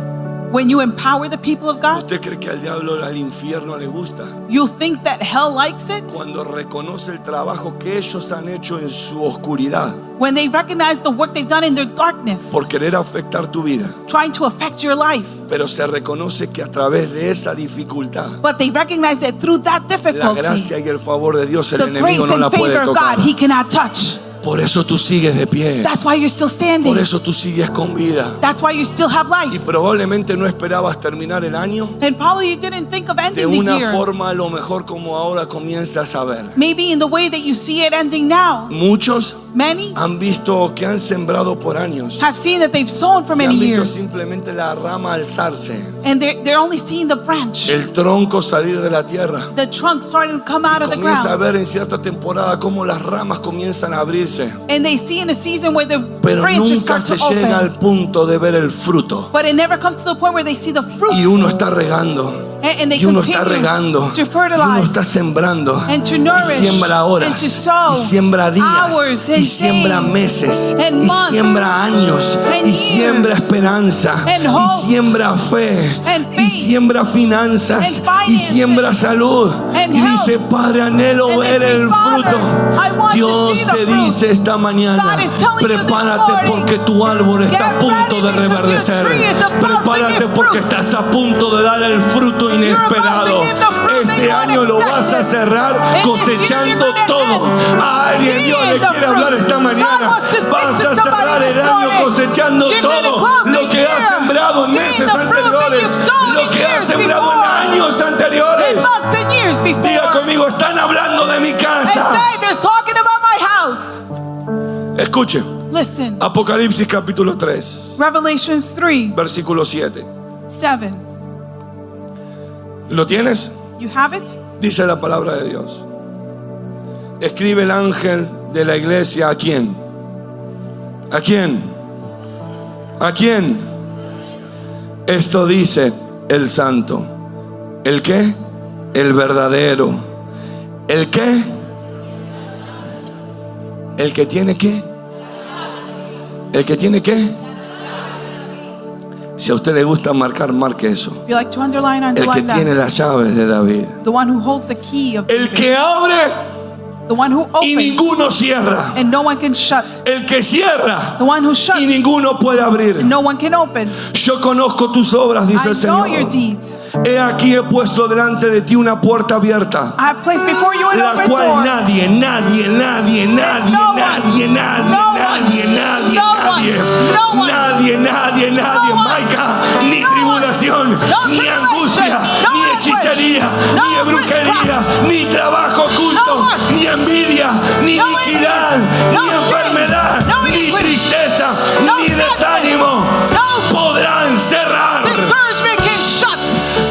Speaker 2: when you empower the people of God?
Speaker 1: ¿Usted cree que al diablo al infierno le gusta
Speaker 2: You think that hell likes it
Speaker 1: cuando reconoce el trabajo que ellos han hecho en su oscuridad
Speaker 2: when they recognize the work they've done in their darkness,
Speaker 1: por querer afectar tu vida?
Speaker 2: trying to affect your life.
Speaker 1: Pero se reconoce que a través de esa dificultad,
Speaker 2: But they recognize that through that
Speaker 1: la
Speaker 2: difficulty,
Speaker 1: gracia y el favor de Dios, el
Speaker 2: the grace
Speaker 1: enemigo no la
Speaker 2: and favor
Speaker 1: puede
Speaker 2: of
Speaker 1: tocar.
Speaker 2: God, He cannot touch.
Speaker 1: Por eso tú sigues de pie.
Speaker 2: That's why you're still standing.
Speaker 1: Por eso tú sigues con vida.
Speaker 2: That's why you still have
Speaker 1: Y
Speaker 2: life.
Speaker 1: probablemente no esperabas terminar el año
Speaker 2: And probably you didn't think of
Speaker 1: de
Speaker 2: ending the
Speaker 1: una
Speaker 2: year.
Speaker 1: forma a lo mejor como ahora comienzas a ver.
Speaker 2: Maybe in the way that you see it ending now.
Speaker 1: Muchos
Speaker 2: Many
Speaker 1: han visto que han sembrado por años.
Speaker 2: have seen that they've sown for
Speaker 1: que han
Speaker 2: many
Speaker 1: visto
Speaker 2: years.
Speaker 1: simplemente la rama alzarse,
Speaker 2: And they're, they're only seeing the branch,
Speaker 1: el tronco salir de la tierra.
Speaker 2: the trunk starting to come out of the
Speaker 1: Comienza a
Speaker 2: ground.
Speaker 1: ver en cierta temporada cómo las ramas comienzan a abrirse,
Speaker 2: And they see in a season where the
Speaker 1: pero
Speaker 2: branches
Speaker 1: nunca
Speaker 2: start to
Speaker 1: se llega
Speaker 2: open.
Speaker 1: al punto de ver el fruto.
Speaker 2: But it never comes to the point where they see the fruit.
Speaker 1: Y uno está regando,
Speaker 2: and, and they
Speaker 1: Y uno
Speaker 2: continue
Speaker 1: está regando. Y
Speaker 2: to
Speaker 1: uno
Speaker 2: fertilize
Speaker 1: está sembrando.
Speaker 2: and to nourish
Speaker 1: Y siembra
Speaker 2: and to
Speaker 1: horas.
Speaker 2: sow
Speaker 1: Y siembra
Speaker 2: hours
Speaker 1: días.
Speaker 2: and
Speaker 1: Y siembra
Speaker 2: days
Speaker 1: meses.
Speaker 2: and
Speaker 1: Y
Speaker 2: months
Speaker 1: siembra años.
Speaker 2: and
Speaker 1: Y
Speaker 2: years
Speaker 1: siembra esperanza.
Speaker 2: and hope
Speaker 1: Y siembra fe.
Speaker 2: and
Speaker 1: Y
Speaker 2: faith
Speaker 1: siembra finanzas.
Speaker 2: and
Speaker 1: Y
Speaker 2: finances
Speaker 1: siembra salud.
Speaker 2: and
Speaker 1: Y dice,
Speaker 2: health.
Speaker 1: Padre, anhelo
Speaker 2: And they
Speaker 1: ver
Speaker 2: say,
Speaker 1: el
Speaker 2: "Father,
Speaker 1: fruto.
Speaker 2: I want to see
Speaker 1: Dios
Speaker 2: the
Speaker 1: te
Speaker 2: fruit."
Speaker 1: dice esta mañana,
Speaker 2: God is telling you this
Speaker 1: prepárate
Speaker 2: morning,
Speaker 1: porque tu árbol está a
Speaker 2: "Get
Speaker 1: punto de
Speaker 2: ready because your
Speaker 1: reverdecer.
Speaker 2: tree is about to
Speaker 1: Prepárate
Speaker 2: give
Speaker 1: porque
Speaker 2: fruit."
Speaker 1: estás a punto de dar el fruto inesperado.
Speaker 2: give the fruit that
Speaker 1: Este
Speaker 2: you
Speaker 1: año lo vas a
Speaker 2: unexpected.
Speaker 1: cerrar
Speaker 2: And this year
Speaker 1: cosechando
Speaker 2: you're gonna
Speaker 1: todo.
Speaker 2: end
Speaker 1: A alguien Dios le
Speaker 2: seeing the
Speaker 1: quiere hablar
Speaker 2: fruit.
Speaker 1: esta
Speaker 2: God
Speaker 1: mañana.
Speaker 2: wants to speak
Speaker 1: Vas
Speaker 2: to
Speaker 1: a
Speaker 2: somebody
Speaker 1: cerrar
Speaker 2: this
Speaker 1: el año
Speaker 2: morning.
Speaker 1: cosechando
Speaker 2: You're gonna
Speaker 1: todo
Speaker 2: close the
Speaker 1: lo que has
Speaker 2: year
Speaker 1: sembrado en
Speaker 2: seeing
Speaker 1: meses
Speaker 2: the fruit that
Speaker 1: anteriores,
Speaker 2: you've sown
Speaker 1: lo
Speaker 2: in
Speaker 1: que has
Speaker 2: years
Speaker 1: sembrado
Speaker 2: before.
Speaker 1: en años
Speaker 2: in
Speaker 1: anteriores.
Speaker 2: months and years before.
Speaker 1: Diga conmigo, están hablando de mi
Speaker 2: and
Speaker 1: casa.
Speaker 2: say, they're talking about my house.
Speaker 1: Escuche,
Speaker 2: Listen,
Speaker 1: Apocalipsis capítulo 3,
Speaker 2: Revelations 3,
Speaker 1: versículo 7.
Speaker 2: 7.
Speaker 1: ¿Lo tienes?
Speaker 2: You have it?
Speaker 1: Dice la palabra de Dios. Escribe el ángel de la iglesia a quién. ¿A quién? ¿A quién? Esto dice el santo. ¿El qué? El verdadero. ¿El qué? ¿El que tiene qué? ¿El que tiene qué? Si a usted le gusta marcar, marque eso.
Speaker 2: If you like to underline,
Speaker 1: El que
Speaker 2: underline that.
Speaker 1: tiene las llaves de David.
Speaker 2: the one who holds the key of
Speaker 1: El
Speaker 2: David.
Speaker 1: que abre
Speaker 2: the one who
Speaker 1: y
Speaker 2: opens
Speaker 1: ninguno cierra.
Speaker 2: and no one can shut.
Speaker 1: El que cierra
Speaker 2: The one who shuts
Speaker 1: y ninguno puede abrir.
Speaker 2: no one can open.
Speaker 1: Yo conozco tus obras, dice
Speaker 2: I
Speaker 1: el
Speaker 2: know your
Speaker 1: Señor.
Speaker 2: deeds.
Speaker 1: He aquí he puesto delante de ti una puerta abierta,
Speaker 2: I have placed before you an
Speaker 1: la
Speaker 2: open
Speaker 1: cual
Speaker 2: door.
Speaker 1: nadie, nadie, nadie, nadie,
Speaker 2: No one,
Speaker 1: nadie, nadie,
Speaker 2: no
Speaker 1: nadie,
Speaker 2: one,
Speaker 1: nadie,
Speaker 2: no one,
Speaker 1: nadie,
Speaker 2: no one,
Speaker 1: nadie, nadie, nadie,
Speaker 2: one,
Speaker 1: Maica, ni
Speaker 2: no one,
Speaker 1: tribulación,
Speaker 2: no
Speaker 1: ni
Speaker 2: tribulation,
Speaker 1: angustia,
Speaker 2: no
Speaker 1: ni
Speaker 2: anguish,
Speaker 1: hechicería,
Speaker 2: no
Speaker 1: ni brujería,
Speaker 2: witchcraft,
Speaker 1: ni trabajo oculto,
Speaker 2: work,
Speaker 1: ni envidia, ni
Speaker 2: no
Speaker 1: iniquidad,
Speaker 2: envy, no
Speaker 1: ni
Speaker 2: sin,
Speaker 1: enfermedad,
Speaker 2: no
Speaker 1: ni
Speaker 2: iniquity,
Speaker 1: tristeza,
Speaker 2: no
Speaker 1: ni
Speaker 2: sadness,
Speaker 1: desánimo,
Speaker 2: no
Speaker 1: podrán cerrar.
Speaker 2: Discouragement can shut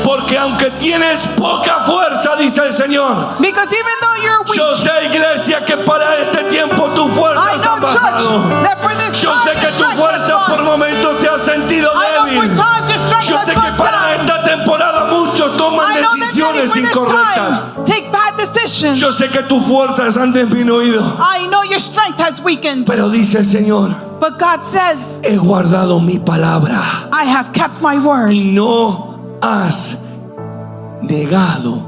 Speaker 1: Porque aunque tienes poca fuerza, dice el Señor,
Speaker 2: because even though you're weak,
Speaker 1: yo sé, iglesia, que para este tiempo tus
Speaker 2: I
Speaker 1: fuerzas
Speaker 2: know,
Speaker 1: han
Speaker 2: church,
Speaker 1: bajado.
Speaker 2: that for this
Speaker 1: Yo
Speaker 2: time
Speaker 1: sé
Speaker 2: your
Speaker 1: que tu
Speaker 2: strength has
Speaker 1: fuerza por
Speaker 2: gone.
Speaker 1: momentos te ha sentido
Speaker 2: I know
Speaker 1: débil.
Speaker 2: for times your strength
Speaker 1: Yo
Speaker 2: has
Speaker 1: sé que
Speaker 2: gone
Speaker 1: para
Speaker 2: down.
Speaker 1: esta temporada muchos toman
Speaker 2: I know that many
Speaker 1: decisiones
Speaker 2: for this
Speaker 1: incorrectas.
Speaker 2: time take bad decisions.
Speaker 1: Yo sé que tus fuerzas han disminuido.
Speaker 2: I know your strength has weakened,
Speaker 1: Pero dice el Señor,
Speaker 2: but God says,
Speaker 1: he guardado mi palabra
Speaker 2: I have kept my word,
Speaker 1: y no has negado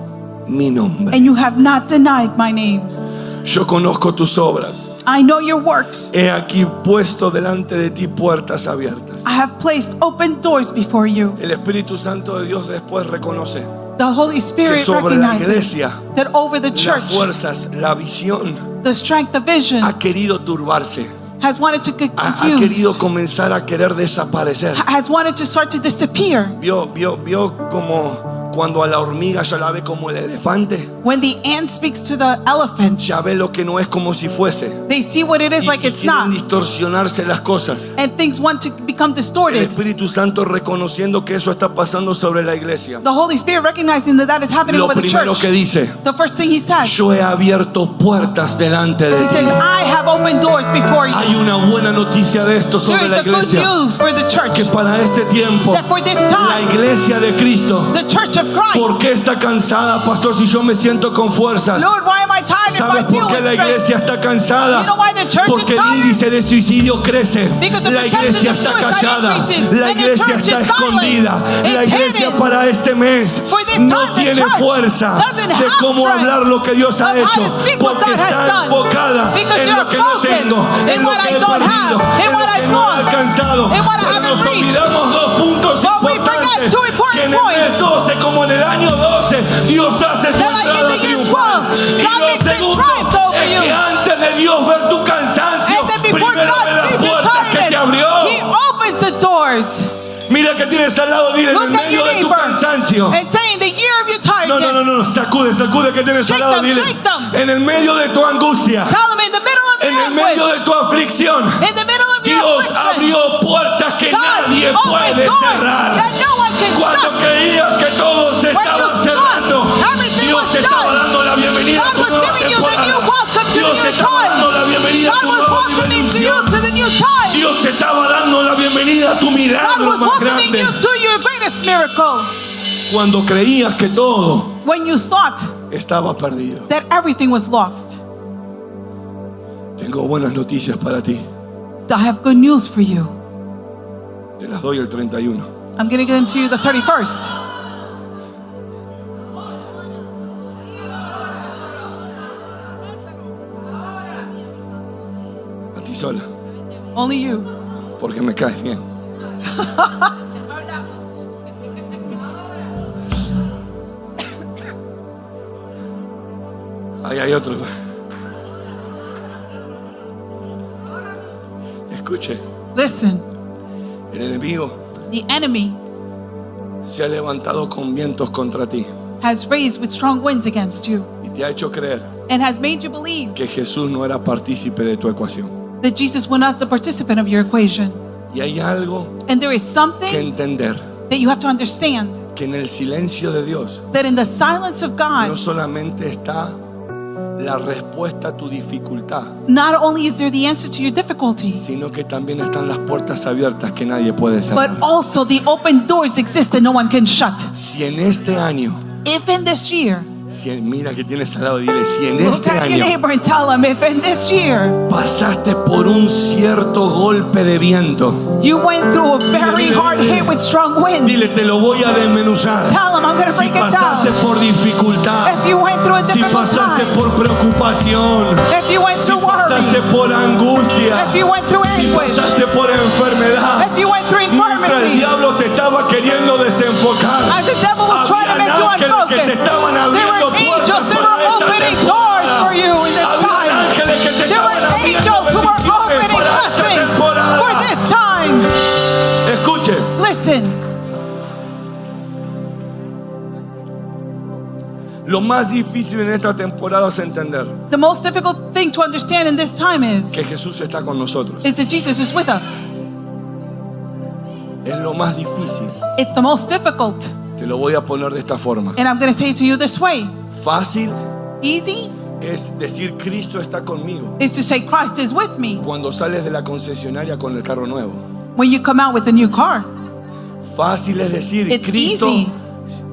Speaker 1: mi nombre.
Speaker 2: and you have not denied my name.
Speaker 1: Yo conozco tus obras.
Speaker 2: I know your works.
Speaker 1: He aquí puesto delante de ti puertas abiertas.
Speaker 2: I have placed open doors before you.
Speaker 1: El Espíritu Santo de Dios después reconoce
Speaker 2: The Holy
Speaker 1: que
Speaker 2: Spirit
Speaker 1: sobre la
Speaker 2: recognizes
Speaker 1: iglesia,
Speaker 2: that over the
Speaker 1: las
Speaker 2: church,
Speaker 1: fuerzas, la visión
Speaker 2: the strength, the vision
Speaker 1: ha querido turbarse,
Speaker 2: has wanted to get
Speaker 1: ha, ha querido
Speaker 2: confused,
Speaker 1: comenzar a querer desaparecer.
Speaker 2: has wanted to start to disappear.
Speaker 1: Vio, vio, vio como cuando a la hormiga ya la ve como el elefante,
Speaker 2: When the ant speaks to the elephant,
Speaker 1: ya ve lo que no es como si fuese.
Speaker 2: they see what it is
Speaker 1: Y-
Speaker 2: like
Speaker 1: y
Speaker 2: it's
Speaker 1: quieren
Speaker 2: not,
Speaker 1: distorsionarse las cosas.
Speaker 2: and things want to become
Speaker 1: El
Speaker 2: distorted.
Speaker 1: Espíritu Santo reconociendo que eso está pasando sobre la iglesia.
Speaker 2: The Holy Spirit recognizing that that is happening
Speaker 1: Lo
Speaker 2: over the
Speaker 1: primero
Speaker 2: church.
Speaker 1: que dice,
Speaker 2: The first thing he says,
Speaker 1: Yo he abierto puertas delante de
Speaker 2: he
Speaker 1: ti.
Speaker 2: says, I have opened doors before you.
Speaker 1: Hay una buena noticia de esto
Speaker 2: There
Speaker 1: sobre
Speaker 2: is
Speaker 1: la
Speaker 2: a good
Speaker 1: iglesia.
Speaker 2: news for the
Speaker 1: Que
Speaker 2: church
Speaker 1: para este tiempo,
Speaker 2: that for this
Speaker 1: la
Speaker 2: time,
Speaker 1: iglesia de Cristo,
Speaker 2: the church of
Speaker 1: ¿por
Speaker 2: Christ,
Speaker 1: qué está cansada, pastor? Si yo me siento con fuerzas.
Speaker 2: Lord, why am I tired if
Speaker 1: ¿Sabes
Speaker 2: I feel
Speaker 1: por qué la
Speaker 2: it strength?
Speaker 1: iglesia está cansada?
Speaker 2: You know why the church is
Speaker 1: Porque el
Speaker 2: tired?
Speaker 1: índice de suicidio crece.
Speaker 2: Because the
Speaker 1: La iglesia
Speaker 2: percentage of
Speaker 1: está
Speaker 2: suicide
Speaker 1: callada. La
Speaker 2: increases. And the
Speaker 1: iglesia
Speaker 2: church
Speaker 1: está
Speaker 2: is silent.
Speaker 1: escondida. La
Speaker 2: It's
Speaker 1: iglesia
Speaker 2: hidden.
Speaker 1: para este mes
Speaker 2: For this
Speaker 1: no
Speaker 2: time, the
Speaker 1: tiene
Speaker 2: church
Speaker 1: fuerza
Speaker 2: doesn't
Speaker 1: de
Speaker 2: have
Speaker 1: cómo
Speaker 2: strength
Speaker 1: hablar lo que Dios ha
Speaker 2: of how to
Speaker 1: hecho.
Speaker 2: speak what
Speaker 1: Porque
Speaker 2: God has
Speaker 1: está
Speaker 2: done.
Speaker 1: enfocada
Speaker 2: Because
Speaker 1: en
Speaker 2: you're
Speaker 1: lo que no
Speaker 2: focused
Speaker 1: tengo, en
Speaker 2: in
Speaker 1: lo
Speaker 2: what
Speaker 1: que
Speaker 2: I
Speaker 1: he
Speaker 2: don't
Speaker 1: perdido,
Speaker 2: have,
Speaker 1: en
Speaker 2: in
Speaker 1: lo
Speaker 2: what
Speaker 1: que
Speaker 2: I've
Speaker 1: no he
Speaker 2: lost,
Speaker 1: alcanzado.
Speaker 2: in what I
Speaker 1: Pero
Speaker 2: haven't
Speaker 1: nos
Speaker 2: reached.
Speaker 1: olvidamos dos puntos
Speaker 2: But we forget
Speaker 1: importantes.
Speaker 2: two important
Speaker 1: Que en el mes
Speaker 2: points.
Speaker 1: 12 como en el año 12 Dios hace su
Speaker 2: That like in
Speaker 1: entrada
Speaker 2: the year
Speaker 1: triunfal.
Speaker 2: 12,
Speaker 1: Y
Speaker 2: God
Speaker 1: lo
Speaker 2: makes his
Speaker 1: segundo
Speaker 2: triumph over
Speaker 1: es
Speaker 2: you.
Speaker 1: que antes de Dios ver tu cansancio,
Speaker 2: And then before
Speaker 1: primero
Speaker 2: God
Speaker 1: ve las
Speaker 2: sees your
Speaker 1: puertas que te abrió.
Speaker 2: tiredness, He opens the doors.
Speaker 1: Mira que tienes al lado, dile en el
Speaker 2: Look at
Speaker 1: medio
Speaker 2: your
Speaker 1: de tu
Speaker 2: neighbor
Speaker 1: cansancio.
Speaker 2: and say, in the year of your
Speaker 1: No, no, no,
Speaker 2: tiredness,
Speaker 1: no, no, sacude, sacude que tienes al
Speaker 2: Shake
Speaker 1: lado,
Speaker 2: them,
Speaker 1: dile.
Speaker 2: shake them.
Speaker 1: En el medio de tu angustia,
Speaker 2: tell him in the middle of
Speaker 1: en
Speaker 2: your
Speaker 1: el medio de
Speaker 2: anguish,
Speaker 1: tu aflicción,
Speaker 2: pues. in the middle of your
Speaker 1: Dios
Speaker 2: affliction,
Speaker 1: abrió puertas que
Speaker 2: God
Speaker 1: nadie
Speaker 2: opened
Speaker 1: puede
Speaker 2: doors
Speaker 1: cerrar.
Speaker 2: Oh that no one can
Speaker 1: Cuando
Speaker 2: shut.
Speaker 1: creías que todo se estaba
Speaker 2: you
Speaker 1: cerrando,
Speaker 2: thought everything
Speaker 1: Dios
Speaker 2: was
Speaker 1: te estaba
Speaker 2: done,
Speaker 1: dando la bienvenida a
Speaker 2: God
Speaker 1: tu
Speaker 2: was
Speaker 1: nueva
Speaker 2: giving you the new
Speaker 1: temporada.
Speaker 2: welcome to the
Speaker 1: Dios te
Speaker 2: new
Speaker 1: estaba
Speaker 2: time.
Speaker 1: dando la bienvenida a
Speaker 2: God
Speaker 1: tu nueva dimensión. Dios te estaba
Speaker 2: was welcoming to you to the new time.
Speaker 1: dando la bienvenida a tu
Speaker 2: God
Speaker 1: milagro
Speaker 2: was
Speaker 1: más
Speaker 2: welcoming
Speaker 1: grande.
Speaker 2: you to your greatest miracle.
Speaker 1: cuando creías que todo
Speaker 2: when you thought
Speaker 1: estaba perdido.
Speaker 2: that everything was lost.
Speaker 1: Tengo buenas noticias para ti.
Speaker 2: I have good news for you.
Speaker 1: Te las doy el 31.
Speaker 2: I'm going to give them to you the 31st.
Speaker 1: A ti sola.
Speaker 2: Only you.
Speaker 1: Porque me caes bien. Ahí hay otro. Escuche,
Speaker 2: Listen,
Speaker 1: el enemigo
Speaker 2: the enemy
Speaker 1: se ha levantado con vientos contra ti
Speaker 2: has raised with strong winds against you
Speaker 1: y te ha hecho creer
Speaker 2: and has made you believe
Speaker 1: que Jesús no era partícipe de tu ecuación.
Speaker 2: that Jesus was not the participant of your equation.
Speaker 1: Y hay algo
Speaker 2: And there is
Speaker 1: que
Speaker 2: something
Speaker 1: entender,
Speaker 2: that you have to understand
Speaker 1: que en el silencio de Dios
Speaker 2: that in the silence of
Speaker 1: no
Speaker 2: God,
Speaker 1: solamente está la respuesta a tu dificultad,
Speaker 2: not only is there the answer to your difficulties,
Speaker 1: sino que también están las puertas abiertas que nadie puede
Speaker 2: but
Speaker 1: cerrar.
Speaker 2: also the open doors exist that no one can shut.
Speaker 1: Si en este año,
Speaker 2: If in this year,
Speaker 1: si en- mira que tienes al lado, dile, si en
Speaker 2: look
Speaker 1: este
Speaker 2: at your
Speaker 1: año
Speaker 2: neighbor and tell him, if in this year
Speaker 1: pasaste por un cierto golpe de viento,
Speaker 2: you went through a very hard hit with strong winds,
Speaker 1: dile, te lo voy a desmenuzar.
Speaker 2: tell him, I'm going to
Speaker 1: Si
Speaker 2: break it
Speaker 1: pasaste
Speaker 2: down.
Speaker 1: por dificultad,
Speaker 2: If you went through a
Speaker 1: si
Speaker 2: difficult
Speaker 1: pasaste
Speaker 2: time,
Speaker 1: por preocupación,
Speaker 2: if you went
Speaker 1: si
Speaker 2: through
Speaker 1: pasaste
Speaker 2: worry,
Speaker 1: por angustia,
Speaker 2: if you went through
Speaker 1: si
Speaker 2: anguish,
Speaker 1: pasaste por enfermedad,
Speaker 2: if you went through
Speaker 1: Mientras el
Speaker 2: infirmity,
Speaker 1: diablo te estaba queriendo desenfocar.
Speaker 2: As the devil was trying to make you
Speaker 1: Habían ángeles que te
Speaker 2: unfocused.
Speaker 1: estaban
Speaker 2: There
Speaker 1: abriendo
Speaker 2: were
Speaker 1: puertas
Speaker 2: angels
Speaker 1: para
Speaker 2: that were
Speaker 1: esta
Speaker 2: opening
Speaker 1: temporada.
Speaker 2: doors for you in this
Speaker 1: Habían
Speaker 2: time.
Speaker 1: ángeles que te
Speaker 2: There were
Speaker 1: estaban abriendo
Speaker 2: angels who were
Speaker 1: bendiciones
Speaker 2: opening
Speaker 1: para esta
Speaker 2: blessings
Speaker 1: temporada.
Speaker 2: for this time.
Speaker 1: Escuche,
Speaker 2: Listen,
Speaker 1: lo más difícil en esta temporada es entender
Speaker 2: the most difficult thing to understand in this time is
Speaker 1: que Jesús está con nosotros.
Speaker 2: is that Jesus is with us.
Speaker 1: Es lo más difícil.
Speaker 2: It's the most difficult,
Speaker 1: Te lo voy a poner de esta forma.
Speaker 2: and I'm going to say it to you this way:
Speaker 1: Fácil
Speaker 2: easy
Speaker 1: es decir Cristo está conmigo
Speaker 2: is to say Christ is with me
Speaker 1: cuando sales de la concesionaria con el carro nuevo.
Speaker 2: when you come out with a new car.
Speaker 1: Fácil es decir
Speaker 2: It's
Speaker 1: Cristo
Speaker 2: easy.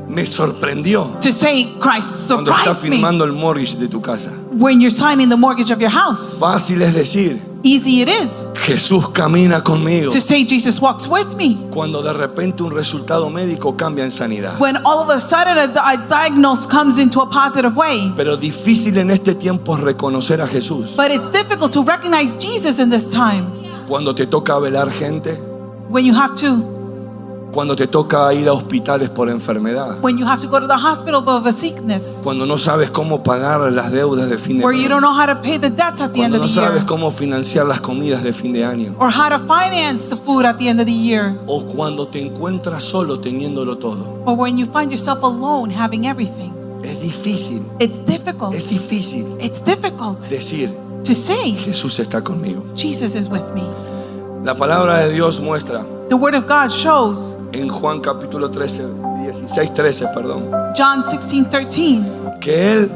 Speaker 1: me sorprendió.
Speaker 2: To say Christ
Speaker 1: cuando estás
Speaker 2: surprised me
Speaker 1: firmando el mortgage de tu casa.
Speaker 2: when you're signing the mortgage of your house.
Speaker 1: Fácil es decir,
Speaker 2: Easy it is
Speaker 1: Jesús camina conmigo.
Speaker 2: to say Jesus walks with me
Speaker 1: Cuando de repente un resultado médico cambia en sanidad.
Speaker 2: when all of a sudden a, a diagnose comes into a positive way.
Speaker 1: Pero difícil en este tiempo es reconocer a Jesús.
Speaker 2: But it's difficult to recognize Jesus in this time
Speaker 1: Cuando te toca velar gente,
Speaker 2: when you have to
Speaker 1: cuando te toca ir a hospitales por enfermedad,
Speaker 2: when you have to go to the hospital of a sickness
Speaker 1: cuando no sabes cómo pagar las deudas de fin de
Speaker 2: where you
Speaker 1: mes,
Speaker 2: don't know how to pay the debts at the end
Speaker 1: cuando
Speaker 2: of
Speaker 1: no
Speaker 2: the
Speaker 1: sabes
Speaker 2: year
Speaker 1: cómo financiar las comidas de fin de año,
Speaker 2: or how to finance the food at the end of the year
Speaker 1: o cuando te encuentras solo teniéndolo todo.
Speaker 2: or when you find yourself alone having everything.
Speaker 1: Es difícil,
Speaker 2: It's difficult.
Speaker 1: es difícil
Speaker 2: It's difficult
Speaker 1: decir,
Speaker 2: to say
Speaker 1: Jesús está conmigo.
Speaker 2: Jesus is with me.
Speaker 1: La palabra de Dios muestra
Speaker 2: The word of God shows
Speaker 1: en Juan capítulo 13, 16, 13, perdón,
Speaker 2: John 16:13
Speaker 1: que Él,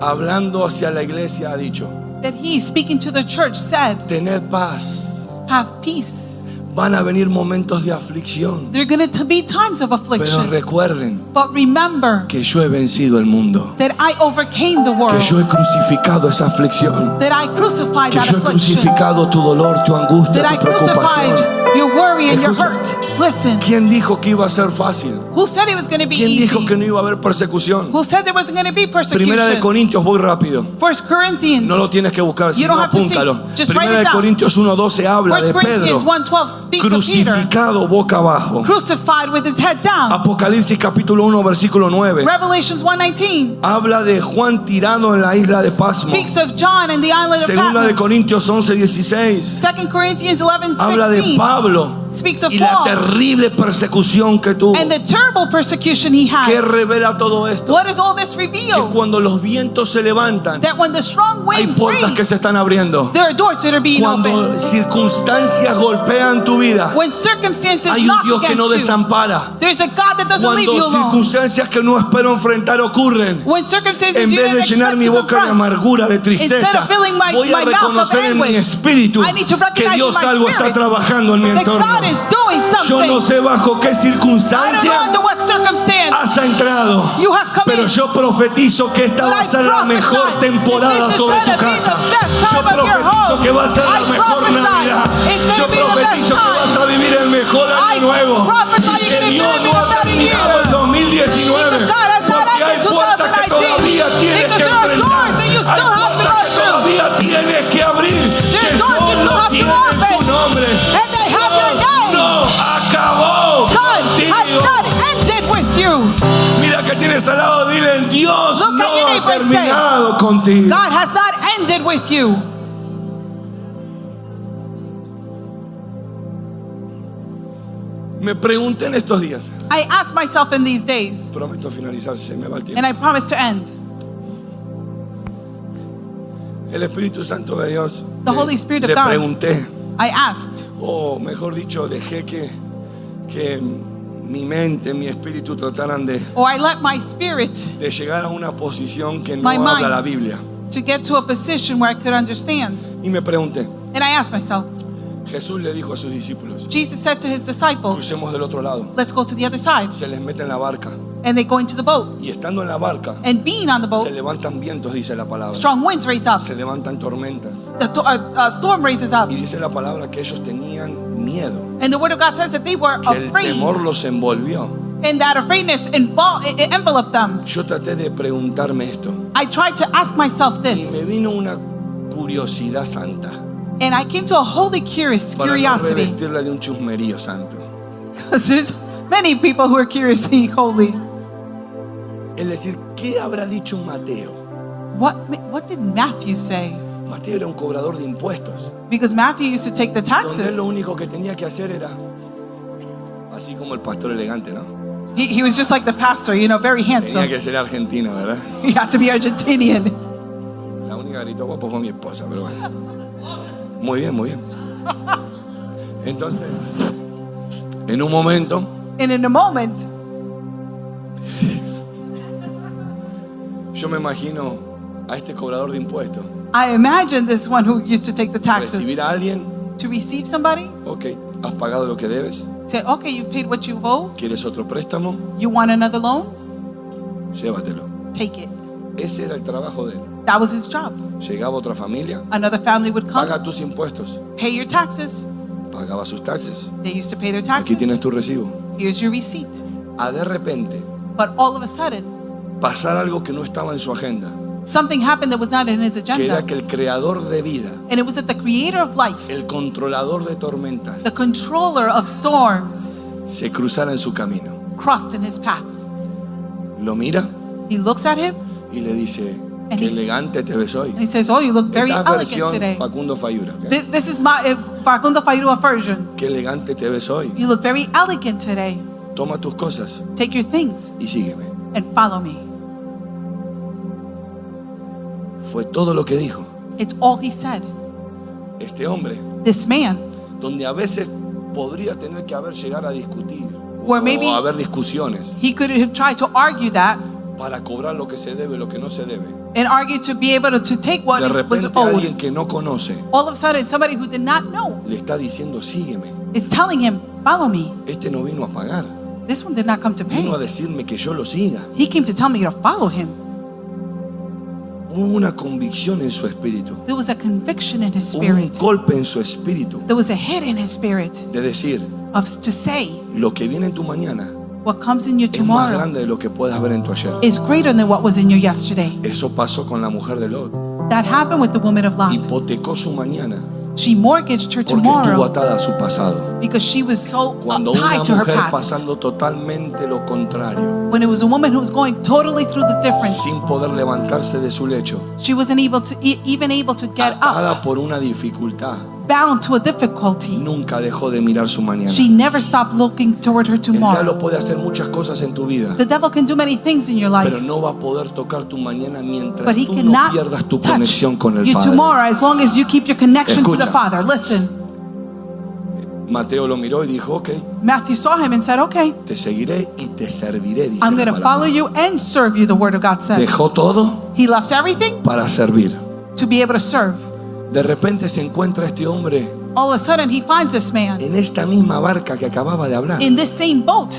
Speaker 1: hablando hacia la iglesia, ha dicho,
Speaker 2: that he speaking to the church said,
Speaker 1: tened paz,
Speaker 2: "Have peace."
Speaker 1: van a venir momentos de aflicción,
Speaker 2: There're going to be times of
Speaker 1: pero
Speaker 2: affliction.
Speaker 1: recuerden
Speaker 2: But remember
Speaker 1: que yo he vencido el mundo,
Speaker 2: that I overcame the
Speaker 1: que yo he
Speaker 2: world,
Speaker 1: crucificado esa aflicción,
Speaker 2: that I crucified
Speaker 1: que
Speaker 2: that
Speaker 1: yo he
Speaker 2: affliction,
Speaker 1: crucificado tu dolor, tu
Speaker 2: that
Speaker 1: angustia,
Speaker 2: I
Speaker 1: tu preocupación.
Speaker 2: crucified your worry and your
Speaker 1: Escucha.
Speaker 2: hurt. Listen,
Speaker 1: ¿Quién dijo que iba a ser fácil?
Speaker 2: who said it was going to be
Speaker 1: ¿Quién dijo que
Speaker 2: easy?
Speaker 1: no iba a haber persecución?
Speaker 2: Who said there wasn't going to be
Speaker 1: Primera de
Speaker 2: persecution?
Speaker 1: Corintios, voy rápido.
Speaker 2: First Corinthians,
Speaker 1: No lo tienes que buscar,
Speaker 2: You don't
Speaker 1: sino
Speaker 2: have to see.
Speaker 1: apúntalo.
Speaker 2: Just write
Speaker 1: Primera
Speaker 2: it
Speaker 1: de
Speaker 2: down.
Speaker 1: Corintios 1.12 habla de
Speaker 2: First
Speaker 1: Pedro
Speaker 2: Corinthians 1:12 speaks of Peter
Speaker 1: crucificado Ah, boca abajo.
Speaker 2: crucified with his head down.
Speaker 1: Apocalipsis capítulo 1 versículo 9
Speaker 2: Revelations 1:19
Speaker 1: habla de Juan tirado en la isla de Pasmo.
Speaker 2: speaks of John and the island of
Speaker 1: Segunda de
Speaker 2: Patmos.
Speaker 1: Corintios 11.16
Speaker 2: Second Corinthians
Speaker 1: habla de
Speaker 2: 11:16
Speaker 1: Pablo
Speaker 2: speaks of
Speaker 1: y la
Speaker 2: Paul
Speaker 1: terrible persecución que tuvo.
Speaker 2: and the terrible persecution he
Speaker 1: ¿Qué
Speaker 2: had.
Speaker 1: revela todo esto?
Speaker 2: What does all this
Speaker 1: Que
Speaker 2: reveal?
Speaker 1: cuando los vientos se levantan,
Speaker 2: that when the strong
Speaker 1: hay
Speaker 2: winds
Speaker 1: puertas que
Speaker 2: breathe,
Speaker 1: se están abriendo.
Speaker 2: there are doors that are being
Speaker 1: Cuando
Speaker 2: opened.
Speaker 1: circunstancias golpean tu vida,
Speaker 2: When circumstances
Speaker 1: Hay un
Speaker 2: knock
Speaker 1: Dios que
Speaker 2: against
Speaker 1: no
Speaker 2: you,
Speaker 1: desampara.
Speaker 2: there's a God that doesn't leave you
Speaker 1: Cuando
Speaker 2: alone.
Speaker 1: circunstancias que no espero enfrentar ocurren,
Speaker 2: When circumstances
Speaker 1: en
Speaker 2: you
Speaker 1: vez de
Speaker 2: didn't
Speaker 1: llenar
Speaker 2: expect
Speaker 1: mi
Speaker 2: to
Speaker 1: boca de
Speaker 2: confront,
Speaker 1: amargura, de
Speaker 2: Instead
Speaker 1: tristeza,
Speaker 2: of filling my-
Speaker 1: voy a
Speaker 2: my mouth of
Speaker 1: reconocer en mi
Speaker 2: anguish,
Speaker 1: espíritu
Speaker 2: I need to
Speaker 1: que
Speaker 2: recognize
Speaker 1: Dios
Speaker 2: in my
Speaker 1: algo
Speaker 2: spirit
Speaker 1: está trabajando en mi
Speaker 2: that
Speaker 1: entorno.
Speaker 2: God is doing
Speaker 1: Yo no
Speaker 2: something.
Speaker 1: sé bajo qué
Speaker 2: I don't know
Speaker 1: circunstancia
Speaker 2: under what
Speaker 1: has entrado.
Speaker 2: You have come
Speaker 1: Pero
Speaker 2: in.
Speaker 1: yo profetizo que esta va a
Speaker 2: I
Speaker 1: ser la
Speaker 2: prophesy
Speaker 1: mejor
Speaker 2: that
Speaker 1: temporada
Speaker 2: this is
Speaker 1: sobre tu
Speaker 2: gonna be
Speaker 1: casa.
Speaker 2: the best
Speaker 1: Yo
Speaker 2: time of your
Speaker 1: profetizo
Speaker 2: home.
Speaker 1: que va a ser la
Speaker 2: I
Speaker 1: mejor
Speaker 2: prophesy
Speaker 1: Navidad.
Speaker 2: it's gonna
Speaker 1: Yo
Speaker 2: be the best
Speaker 1: profetizo que
Speaker 2: time.
Speaker 1: vas a vivir el mejor
Speaker 2: I
Speaker 1: año nuevo.
Speaker 2: prophesy
Speaker 1: Y
Speaker 2: you're
Speaker 1: que
Speaker 2: gonna
Speaker 1: Dios
Speaker 2: live in
Speaker 1: no
Speaker 2: a
Speaker 1: ha
Speaker 2: better
Speaker 1: terminado
Speaker 2: year.
Speaker 1: el 2019.
Speaker 2: Because God has not
Speaker 1: Porque hay
Speaker 2: ended
Speaker 1: puertas que
Speaker 2: 2019.
Speaker 1: todavía tienes que
Speaker 2: Because there are
Speaker 1: enfrentar.
Speaker 2: doors that you
Speaker 1: Hay
Speaker 2: still have to
Speaker 1: puertas que
Speaker 2: go through.
Speaker 1: todavía tienes que abrir.
Speaker 2: There are
Speaker 1: Que
Speaker 2: doors you
Speaker 1: solo
Speaker 2: still have to
Speaker 1: tienen
Speaker 2: open.
Speaker 1: tu nombre.
Speaker 2: And they have your
Speaker 1: Dios
Speaker 2: name.
Speaker 1: No acabó
Speaker 2: God has
Speaker 1: contigo.
Speaker 2: not ended with you.
Speaker 1: Mira que tienes al lado, dile, Dios
Speaker 2: Look at
Speaker 1: no
Speaker 2: your
Speaker 1: ha
Speaker 2: neighbor and say,
Speaker 1: terminado contigo.
Speaker 2: God has not ended with you.
Speaker 1: Me pregunté en estos días,
Speaker 2: I ask myself in these days,
Speaker 1: prometo finalizar, se me va el tiempo.
Speaker 2: and I promise to end.
Speaker 1: El Espíritu Santo de Dios.
Speaker 2: The
Speaker 1: le-
Speaker 2: Holy Spirit of
Speaker 1: le
Speaker 2: God.
Speaker 1: pregunté,
Speaker 2: I asked,
Speaker 1: o mejor dicho, dejé que, que mi mente, mi espíritu trataran de,
Speaker 2: or I let my spirit
Speaker 1: de llegar a una posición que no
Speaker 2: My
Speaker 1: habla
Speaker 2: mind.
Speaker 1: la Biblia.
Speaker 2: to get to a position where I could understand.
Speaker 1: Y me pregunté,
Speaker 2: And I asked myself,
Speaker 1: Jesús le dijo a sus discípulos,
Speaker 2: Jesus said to his disciples,
Speaker 1: crucemos del otro lado.
Speaker 2: Let's go to the other side.
Speaker 1: Se les mete en la barca.
Speaker 2: And they go into the boat.
Speaker 1: Y estando en la barca,
Speaker 2: And being on the
Speaker 1: se
Speaker 2: boat,
Speaker 1: levantan vientos, dice la palabra.
Speaker 2: strong winds raise up.
Speaker 1: Se levantan tormentas.
Speaker 2: The to- uh, uh, storm raises up.
Speaker 1: Y dice la palabra que ellos tenían miedo.
Speaker 2: And the word of God says that they were
Speaker 1: Que el temor
Speaker 2: afraid.
Speaker 1: los envolvió.
Speaker 2: And that afraidness invol- e- e- enveloped them.
Speaker 1: Yo traté de preguntarme esto.
Speaker 2: I tried to ask myself
Speaker 1: Y me
Speaker 2: this.
Speaker 1: vino una curiosidad santa.
Speaker 2: And I came to a holy curious
Speaker 1: Para no
Speaker 2: curiosity.
Speaker 1: revestirla de un chusmerío santo.
Speaker 2: Because there's many people who are curious being holy.
Speaker 1: Es decir, ¿qué habrá dicho Mateo?
Speaker 2: What, what did Matthew say?
Speaker 1: Mateo era un cobrador de impuestos.
Speaker 2: Because Matthew used to take the
Speaker 1: Donde él
Speaker 2: taxes.
Speaker 1: lo único que tenía que hacer era. Así como el pastor elegante, ¿no?
Speaker 2: He, he was just like the pastor, you know, very
Speaker 1: Tenía
Speaker 2: handsome.
Speaker 1: que ser argentino, ¿verdad?
Speaker 2: He had to be Argentinian.
Speaker 1: La única que gritó guapo fue mi esposa, pero bueno. Muy bien, muy bien. Entonces, en un momento,
Speaker 2: And in a moment,
Speaker 1: yo me imagino a este cobrador de impuestos.
Speaker 2: I imagine this one who used to take the taxes
Speaker 1: Recibir a alguien,
Speaker 2: to receive somebody,
Speaker 1: ok, has pagado lo que debes,
Speaker 2: say, okay, you've paid what you owe,
Speaker 1: quieres otro préstamo,
Speaker 2: you want another loan,
Speaker 1: llévatelo.
Speaker 2: take it.
Speaker 1: Ese era el trabajo de él.
Speaker 2: That was his job.
Speaker 1: Llegaba otra familia,
Speaker 2: Another family would come,
Speaker 1: paga tus impuestos,
Speaker 2: pay your taxes.
Speaker 1: pagaba sus taxes.
Speaker 2: They used to pay their
Speaker 1: Aquí
Speaker 2: taxes.
Speaker 1: tienes tu recibo.
Speaker 2: Here's your receipt.
Speaker 1: A de repente
Speaker 2: But all of a sudden,
Speaker 1: pasar algo que no estaba en su agenda,
Speaker 2: something happened that was not in his
Speaker 1: que era
Speaker 2: agenda.
Speaker 1: que el creador de vida,
Speaker 2: And it was that the creator of life,
Speaker 1: el controlador de tormentas,
Speaker 2: the controller of storms,
Speaker 1: se cruzara en su camino.
Speaker 2: crossed in his path.
Speaker 1: Lo mira
Speaker 2: He looks at him
Speaker 1: y le dice, qué elegante te ves hoy.
Speaker 2: and he says, Oh, you look very
Speaker 1: Esta
Speaker 2: elegant
Speaker 1: versión
Speaker 2: today.
Speaker 1: Facundo Fayura. ok.
Speaker 2: This, this is my uh, Facundo Fayurua version.
Speaker 1: Qué elegante te ves hoy.
Speaker 2: You look very elegant today.
Speaker 1: Toma tus cosas
Speaker 2: Take your things
Speaker 1: y sígueme.
Speaker 2: and follow me.
Speaker 1: Fue todo lo que dijo.
Speaker 2: It's all he said.
Speaker 1: Este hombre,
Speaker 2: This man,
Speaker 1: donde a veces podría tener que haber llegar a discutir
Speaker 2: Where maybe-
Speaker 1: o haber discusiones
Speaker 2: he could have tried to argue that
Speaker 1: para cobrar lo que se debe, lo que no se debe.
Speaker 2: and argue to be able to, to take what
Speaker 1: De
Speaker 2: was
Speaker 1: repente
Speaker 2: owed.
Speaker 1: alguien que no conoce
Speaker 2: All of a sudden, somebody who did not know
Speaker 1: le está diciendo, sígueme.
Speaker 2: is telling him, Follow me.
Speaker 1: Este no vino a pagar,
Speaker 2: This one did not come to
Speaker 1: vino a
Speaker 2: pay.
Speaker 1: decirme que yo lo siga.
Speaker 2: He came to tell me to follow him.
Speaker 1: Hubo una convicción en su espíritu,
Speaker 2: There was a conviction in his
Speaker 1: hubo un
Speaker 2: spirit,
Speaker 1: golpe en su espíritu
Speaker 2: there was a hit in his spirit
Speaker 1: de decir,
Speaker 2: of to say,
Speaker 1: lo que viene en tu mañana
Speaker 2: What comes in you
Speaker 1: es más
Speaker 2: tomorrow
Speaker 1: grande de lo que puedas ver en tu ayer.
Speaker 2: is greater than what was in you yesterday.
Speaker 1: Eso pasó con la mujer de Lot.
Speaker 2: That happened with the woman of Lot.
Speaker 1: Hipotecó su mañana
Speaker 2: She mortgaged her
Speaker 1: porque estuvo
Speaker 2: Ah. tomorrow
Speaker 1: atada a su pasado.
Speaker 2: because she was so
Speaker 1: Cuando
Speaker 2: uh,
Speaker 1: una
Speaker 2: tied to her
Speaker 1: mujer
Speaker 2: past.
Speaker 1: pasando totalmente lo contrario,
Speaker 2: When it was a woman who was going totally through the difference,
Speaker 1: sin poder levantarse de su lecho,
Speaker 2: she wasn't able to e- even able to get
Speaker 1: atada
Speaker 2: up,
Speaker 1: por una dificultad,
Speaker 2: bound to a difficulty.
Speaker 1: nunca dejó de mirar su mañana.
Speaker 2: She never stopped looking toward her
Speaker 1: El
Speaker 2: tomorrow.
Speaker 1: diablo puede hacer muchas cosas en tu vida,
Speaker 2: The devil can do many things in your life,
Speaker 1: pero no va a poder tocar tu mañana mientras
Speaker 2: but he
Speaker 1: tú no
Speaker 2: cannot
Speaker 1: pierdas tu
Speaker 2: touch
Speaker 1: conexión con el
Speaker 2: you
Speaker 1: Padre.
Speaker 2: tomorrow as long as you keep your connection to the
Speaker 1: Escucha.
Speaker 2: Father. Listen,
Speaker 1: Mateo lo miró y dijo, ok,
Speaker 2: Matthew saw him and said, "Okay,
Speaker 1: te seguiré y te serviré. Dice
Speaker 2: I'm
Speaker 1: la
Speaker 2: going to
Speaker 1: palabra.
Speaker 2: follow you and serve you." The Word of God says
Speaker 1: Dejó todo
Speaker 2: he left everything
Speaker 1: para servir.
Speaker 2: to be able to serve.
Speaker 1: De repente se encuentra este hombre
Speaker 2: All of a sudden, he finds this man
Speaker 1: en esta misma barca que acababa de hablar.
Speaker 2: in this same boat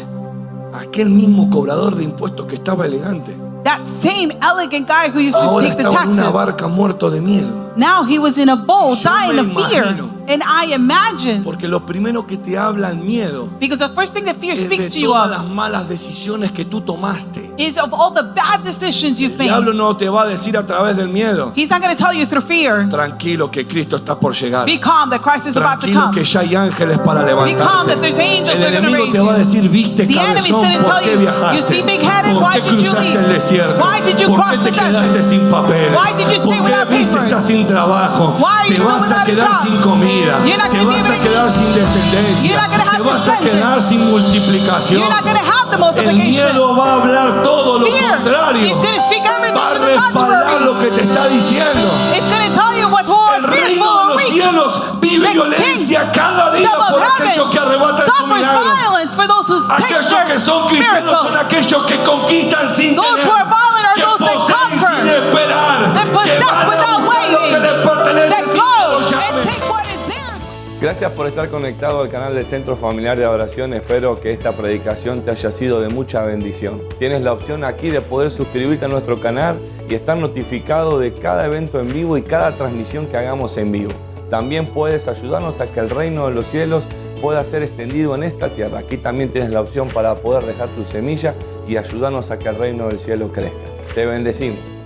Speaker 1: aquel mismo cobrador de impuestos que estaba elegante,
Speaker 2: That same elegant guy who used to
Speaker 1: ahora
Speaker 2: take the
Speaker 1: estaba en
Speaker 2: taxes.
Speaker 1: una barca muerto de miedo.
Speaker 2: Now he was in a boat,
Speaker 1: Yo
Speaker 2: dying
Speaker 1: me
Speaker 2: of fear.
Speaker 1: imagino.
Speaker 2: And I imagine,
Speaker 1: Porque lo primero que te habla el miedo
Speaker 2: because the first thing that fear
Speaker 1: es
Speaker 2: speaks to
Speaker 1: de
Speaker 2: you
Speaker 1: todas
Speaker 2: of
Speaker 1: las malas decisiones que tú tomaste.
Speaker 2: is of all the bad decisions you've
Speaker 1: El diablo
Speaker 2: made.
Speaker 1: no te va a decir a través del miedo.
Speaker 2: He's not going to tell you through fear.
Speaker 1: Tranquilo que Cristo está por llegar.
Speaker 2: Be calm that Christ is about to
Speaker 1: Tranquilo
Speaker 2: come.
Speaker 1: que ya hay ángeles para
Speaker 2: calm that
Speaker 1: levantarte.
Speaker 2: there's angels
Speaker 1: El
Speaker 2: that are gonna
Speaker 1: enemigo
Speaker 2: raise
Speaker 1: te va a
Speaker 2: you.
Speaker 1: decir, viste
Speaker 2: The enemy's
Speaker 1: cabezón,
Speaker 2: gonna
Speaker 1: ¿por
Speaker 2: tell
Speaker 1: qué
Speaker 2: you,
Speaker 1: viajaste?
Speaker 2: you see big headed,
Speaker 1: ¿Por
Speaker 2: why
Speaker 1: qué
Speaker 2: did you
Speaker 1: cruzaste
Speaker 2: leave?
Speaker 1: el desierto?
Speaker 2: Why did you
Speaker 1: ¿Por
Speaker 2: cross
Speaker 1: qué te
Speaker 2: the desert?
Speaker 1: quedaste sin papeles?
Speaker 2: Why did you
Speaker 1: ¿Por
Speaker 2: stay without
Speaker 1: qué viste
Speaker 2: papers?
Speaker 1: estás sin trabajo?
Speaker 2: Why are
Speaker 1: Te
Speaker 2: you still
Speaker 1: vas a
Speaker 2: without a
Speaker 1: quedar
Speaker 2: job?
Speaker 1: sin comida.
Speaker 2: You're not
Speaker 1: Te
Speaker 2: gonna be
Speaker 1: vas
Speaker 2: able
Speaker 1: a
Speaker 2: to
Speaker 1: quedar
Speaker 2: eat.
Speaker 1: sin
Speaker 2: You're
Speaker 1: descendencia.
Speaker 2: not
Speaker 1: Te
Speaker 2: gonna have
Speaker 1: vas a
Speaker 2: descendants.
Speaker 1: quedar sin multiplicación.
Speaker 2: You're not going to have
Speaker 1: El
Speaker 2: the multiplication.
Speaker 1: miedo va a hablar todo lo
Speaker 2: Fear
Speaker 1: contrario.
Speaker 2: is going to speak everything
Speaker 1: Va a
Speaker 2: to the
Speaker 1: respaldar
Speaker 2: contrary.
Speaker 1: lo que te está diciendo.
Speaker 2: It's going to tell you what's more
Speaker 1: El reino de
Speaker 2: fearful or
Speaker 1: los
Speaker 2: weak.
Speaker 1: cielos vive
Speaker 2: The
Speaker 1: violencia cada día
Speaker 2: Kingdom
Speaker 1: por
Speaker 2: of
Speaker 1: aquellos
Speaker 2: heaven
Speaker 1: que arrebatan su
Speaker 2: suffers
Speaker 1: milagro.
Speaker 2: violence for those who take
Speaker 1: Aquellos que son
Speaker 2: their
Speaker 1: cristianos son
Speaker 2: miracles.
Speaker 1: aquellos que conquistan sin
Speaker 2: Those
Speaker 1: tener,
Speaker 2: who are violent are
Speaker 1: que
Speaker 2: those that
Speaker 1: poseen
Speaker 2: conquer,
Speaker 1: sin esperar,
Speaker 2: that
Speaker 1: que
Speaker 2: possess
Speaker 1: van a
Speaker 2: without
Speaker 1: buscar lo que
Speaker 2: waiting,
Speaker 1: les pertenece
Speaker 2: That
Speaker 1: sin que
Speaker 2: go
Speaker 1: lo llamen.
Speaker 2: and take what is theirs.
Speaker 3: Gracias por estar conectado al canal del Centro Familiar de Adoración. Espero que esta predicación te haya sido de mucha bendición. Tienes la opción aquí de poder suscribirte a nuestro canal y estar notificado de cada evento en vivo y cada transmisión que hagamos en vivo. También puedes ayudarnos a que el reino de los cielos pueda ser extendido en esta tierra. Aquí también tienes la opción para poder dejar tu semilla y ayudarnos a que el reino del cielo crezca. Te bendecimos.